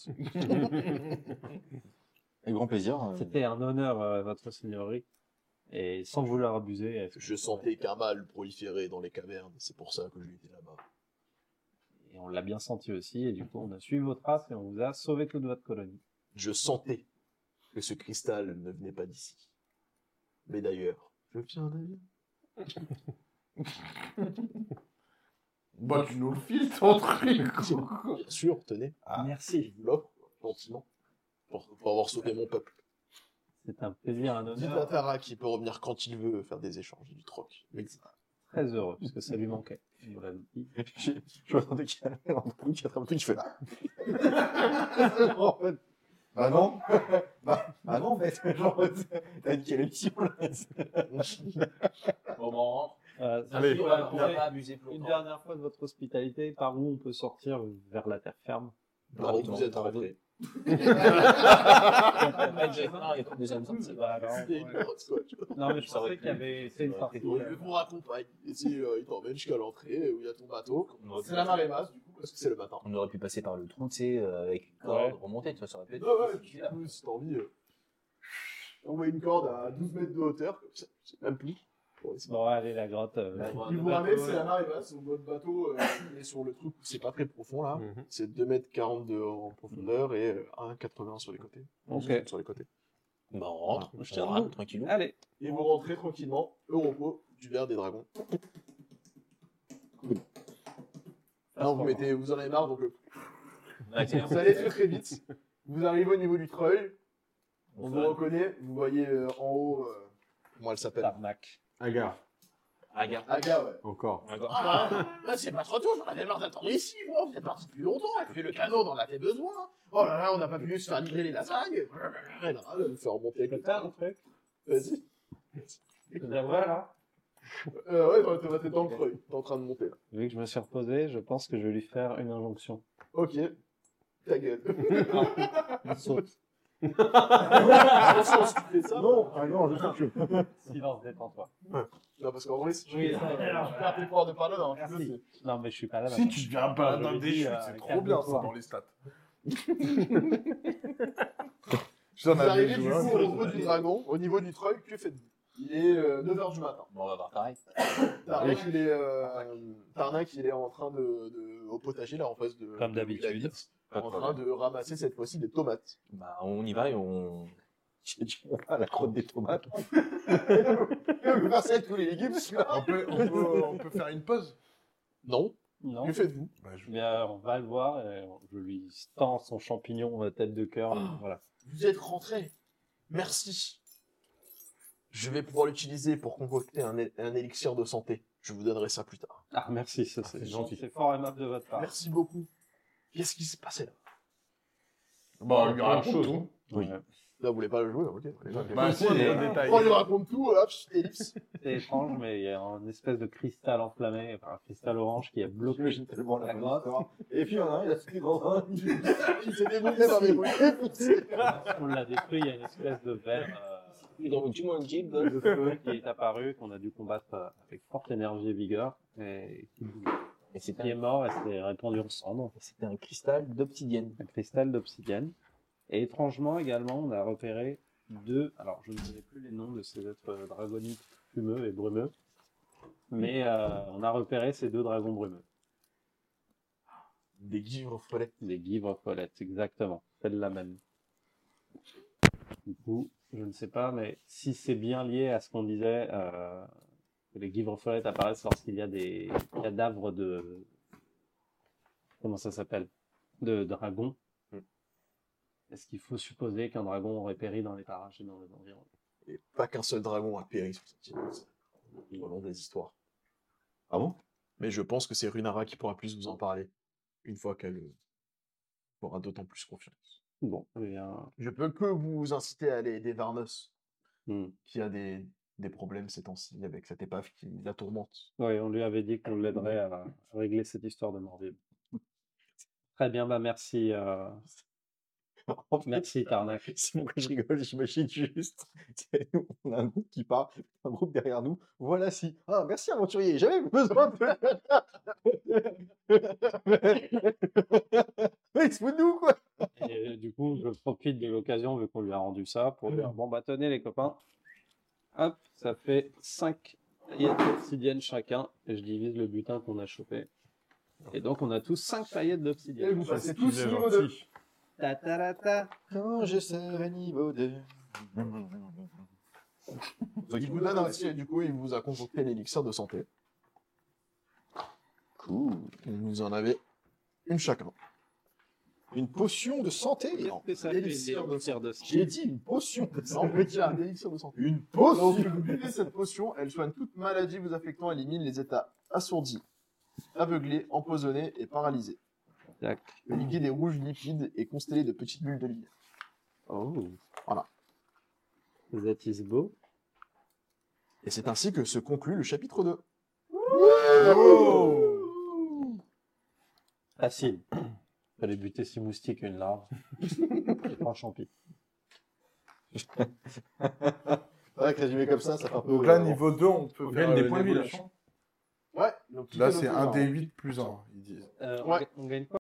Speaker 6: Avec grand plaisir. euh,
Speaker 7: C'était un honneur, euh, votre seigneurie. Et sans vouloir abuser. est-ce que-
Speaker 2: Je sentais qu'un mal proliférait dans les cavernes, c'est pour ça que je l'étais là-bas.
Speaker 7: Et on l'a bien senti aussi. Et du coup, on a suivi vos traces et on vous a sauvé toute votre colonie.
Speaker 2: Je sentais que ce cristal ne venait pas d'ici. Mais d'ailleurs, je viens d'ailleurs.
Speaker 4: Bah, tu nous le files, ton truc. quoi.
Speaker 2: Bien sûr, tenez, je
Speaker 7: Merci.
Speaker 2: vous l'offre, gentiment, pour, pour avoir sauvé mon peuple.
Speaker 7: C'est un plaisir, un
Speaker 2: Dites
Speaker 7: honneur.
Speaker 2: à Tara qu'il peut revenir quand il veut faire des échanges et du troc. Mais
Speaker 7: Très heureux, puisque ça lui manquait. Euh, Il nous l'a dit.
Speaker 8: Je m'attendais qu'il y avait un truc qui attrape
Speaker 2: Tout il fait là.
Speaker 6: Euh,
Speaker 8: en fait. Bah non bah, bah non, en fait. Genre, t'as niqué l'émission, là.
Speaker 2: Bah,
Speaker 3: Moment.
Speaker 7: Euh, ça
Speaker 1: Allez.
Speaker 7: suffit,
Speaker 3: On
Speaker 7: on
Speaker 3: va
Speaker 7: va
Speaker 3: on va
Speaker 7: trouver
Speaker 3: pas abuser plus
Speaker 7: Une
Speaker 3: longtemps.
Speaker 7: dernière fois de votre hospitalité, par où on peut sortir vers la terre ferme
Speaker 2: Alors Bah, vous êtes rentrés. Ah, C'était une grosse quoi.
Speaker 7: Bah, Non, mais je
Speaker 8: Ça aurait
Speaker 7: pensais qu'il y
Speaker 8: pu.
Speaker 7: avait c'est une
Speaker 8: Ça aurait
Speaker 7: sortie.
Speaker 8: pu.
Speaker 2: Il vous raccompagne. Et si, euh, il t'emmène jusqu'à l'entrée euh, où il y a ton bateau. C'est la marée basse du coup parce que c'est le matin.
Speaker 8: On aurait pu passer par le trou, tu sais, euh, avec une corde, remonter, tu vois, ça aurait pu
Speaker 2: Ouais,
Speaker 8: être.
Speaker 2: ouais, du coup, si t'as envie, euh, on voit une corde à 12 mètres de hauteur, comme ça, c'est même plus. Bon, c'est bon.
Speaker 7: Bon, allez, la grotte. euh,
Speaker 2: Il vous ramène, c'est la marée basse, donc votre bateau euh, il est sur le truc où c'est pas très profond là.
Speaker 1: Mhm.
Speaker 2: C'est 2 mètres 40 de- en profondeur et euh, 1,80 sur les côtés.
Speaker 5: Ok.
Speaker 2: Sur les côtés.
Speaker 8: Bah on rentre, je tiens
Speaker 5: rentre,
Speaker 8: tranquillou.
Speaker 7: Ah.
Speaker 5: Allez,
Speaker 2: Et vous rentrez tranquillement au repos du verre des dragons. Là, vous, mettez, vous en avez marre, donc le- vous allez très très vite. Vous arrivez au niveau du treuil, on vous reconnaît, vous voyez euh, en haut. euh, Comment elle s'appelle
Speaker 7: Ah. Tarnac.
Speaker 1: Agar,
Speaker 8: Regarde.
Speaker 2: Aga, ouais.
Speaker 1: encore.
Speaker 2: Ah, bah, c'est pas trop tôt, j'en avais marre d'attendre ici, moi, vous êtes parti depuis longtemps, et puis le canot, on en avait besoin. Oh là là, on n'a pas pu se faire livrer les lasagnes. Elle a me Eh ben, euh, faire remonter avec le tard, en fait. Vas-y.
Speaker 7: La voilà.
Speaker 2: Euh, ouais, t'es- t'es dans le creux, t'es en train de monter, là.
Speaker 7: Vu que je me suis reposé, je pense que je vais lui faire une injonction.
Speaker 2: Ok. Ah, Ta gueule.
Speaker 7: Saute.
Speaker 2: Attention, si tu fais ça. Non,
Speaker 4: non, je sais que
Speaker 7: Silence, détends-toi.
Speaker 2: non parce qu'en vrai, si tu
Speaker 7: Oui,
Speaker 2: fais ça,
Speaker 7: ça,
Speaker 2: je perds tes pouvoirs de parole, hein, tu le
Speaker 7: Merci.
Speaker 2: sais.
Speaker 7: Non, mais je suis pas là.
Speaker 2: Ah,
Speaker 4: Si tu deviens un paladin
Speaker 7: Je
Speaker 4: des
Speaker 7: dis,
Speaker 4: chutes,
Speaker 7: euh,
Speaker 4: c'est trop
Speaker 7: calme-toi.
Speaker 4: bien, ça, dans les stats. J'en
Speaker 2: Vous
Speaker 4: avais
Speaker 2: arrivez du
Speaker 4: joué un.
Speaker 2: coup au bout du dragon, au niveau du troll, que faites-vous Il est 9h du matin.
Speaker 8: Bon, on va voir pareil.
Speaker 2: Tarnac, il est, euh, Tarnac, il est en train de, de- au potager, là, en face de...
Speaker 7: Comme
Speaker 2: de
Speaker 7: d'habitude.
Speaker 2: David, En train de ramasser, cette fois-ci, des tomates.
Speaker 8: Bah, on y va et on. J'ai du mal à la crotte des tomates.
Speaker 2: Merci à tous les légumes, celui-là.
Speaker 4: On peut, on, peut, on peut faire une pause
Speaker 2: Non,
Speaker 7: Non.
Speaker 2: que faites-vous
Speaker 4: Bah,
Speaker 7: Mais euh, on va le voir, et on- je lui tends son champignon euh, tête de cœur. euh, voilà.
Speaker 2: Vous êtes rentré. Merci. Je vais pouvoir l'utiliser pour concocter un, é- un élixir de santé. Je vous donnerai ça plus tard.
Speaker 7: Ah, merci, ça, c'est
Speaker 1: gentil.
Speaker 7: C'est fort aimable de votre part.
Speaker 2: Merci beaucoup. Qu'est-ce qui s'est passé là
Speaker 1: Bah, on lui raconte
Speaker 4: hein.
Speaker 1: chose.
Speaker 7: Oui.
Speaker 2: Là, vous voulez pas le jouer, ok.
Speaker 1: Bah,
Speaker 4: euh,
Speaker 1: si, il y a un détail.
Speaker 2: On lui Oh, raconte tout, euh, hop, ellipse.
Speaker 7: C'est étrange, mais il y a une espèce de cristal enflammé, enfin, un cristal orange qui a bloqué
Speaker 8: tellement la grotte. Et puis, on a il a pris dans
Speaker 2: Il s'est dégoûté par mes bruits.
Speaker 7: On l'a détruit, il y a une espèce de verre. Euh, de feu qui est apparu, qu'on a dû combattre euh, avec forte énergie et vigueur, et qui,
Speaker 8: Et
Speaker 7: qui
Speaker 8: c'était
Speaker 7: est mort et s'est répandu en cendres.
Speaker 8: c'était un cristal d'obsidienne.
Speaker 7: Un cristal d'obsidienne. Et étrangement également, on a repéré deux. Alors, je ne connais plus les noms de ces êtres euh, dragoniques fumeux et brumeux, mais euh, on a repéré ces deux dragons brumeux.
Speaker 2: Des guivres follets.
Speaker 7: Les guivres follettes, exactement. Celle-là même. Du coup, je ne sais pas, mais si c'est bien lié à ce qu'on disait, euh, que les guivres follettes apparaissent lorsqu'il y a des cadavres de. Comment ça s'appelle De dragons. Est-ce qu'il faut supposer qu'un dragon aurait péri dans les parages et dans les environs
Speaker 2: Et pas qu'un seul dragon a péri sur cette île. Au long des histoires.
Speaker 8: Ah bon
Speaker 2: Mais je pense que c'est Runara qui pourra plus vous en parler. Une fois qu'elle euh, aura d'autant plus confiance.
Speaker 7: Bon, eh bien.
Speaker 2: Je peux que vous inciter à aller aider Varnos,
Speaker 7: hmm.
Speaker 2: qui a des, des problèmes ces temps-ci avec cette épave qui la tourmente.
Speaker 7: Oui, on lui avait dit qu'on l'aiderait à, à régler cette histoire de mort vive. Très bien, bah merci. euh, Merci Tarnac.
Speaker 8: C'est pourquoi je rigole, j'imagine juste. c'est- On a un groupe qui part, un groupe derrière nous. Voilà si. Ah, merci aventurier, j'avais besoin de. Mais c'est nous quoi
Speaker 7: Et euh, du coup, je profite de l'occasion, vu qu'on lui a rendu ça, pour
Speaker 8: Mmh.
Speaker 7: dire bon, bah tenez les copains. Hop, ça fait 5 paillettes d'obsidienne chacun, et je divise le butin qu'on a chopé. Et donc, on a tous 5 paillettes d'obsidienne.
Speaker 2: vous passez
Speaker 1: Il est gentil.
Speaker 7: Ta ta ta ta.
Speaker 8: Quand je serai niveau 2.
Speaker 2: Il vous donne ainsi, et du coup, il vous a concocté l'élixir de santé. Cool. Vous en avez une chacun.
Speaker 8: Une potion de santé
Speaker 7: Qu'est-ce que ça fait,
Speaker 2: délicieux.
Speaker 7: l'élixir de sang
Speaker 2: J'ai dit une potion de santé. un élixir de santé.
Speaker 8: Une
Speaker 2: Donc, vous buvez cette potion, elle soigne toute maladie vous affectant, élimine les états assourdis, aveuglés, empoisonnés et paralysés.
Speaker 7: Tac.
Speaker 2: Le liquide est rouge, liquide et constellé de petites bulles de lumière.
Speaker 7: Oh.
Speaker 2: Voilà.
Speaker 7: That is beau.
Speaker 2: Et c'est ainsi que se conclut le chapitre 2.
Speaker 7: Facile. Fallait buter six moustiques et une larve. Trois champi.
Speaker 2: C'est vrai que résumé comme ça, ça fait un peu.
Speaker 4: Donc là, niveau 2, on peut
Speaker 1: On
Speaker 4: faire
Speaker 1: gagne des
Speaker 4: euh,
Speaker 1: points de vie, là.
Speaker 4: l'évolution.
Speaker 2: Ouais, donc tout
Speaker 4: Là,
Speaker 2: est
Speaker 4: c'est
Speaker 2: noté,
Speaker 4: un
Speaker 2: hein.
Speaker 4: des 8 plus 1, ils disent.
Speaker 7: Euh, on
Speaker 2: Ouais.
Speaker 7: ga- on gagne quoi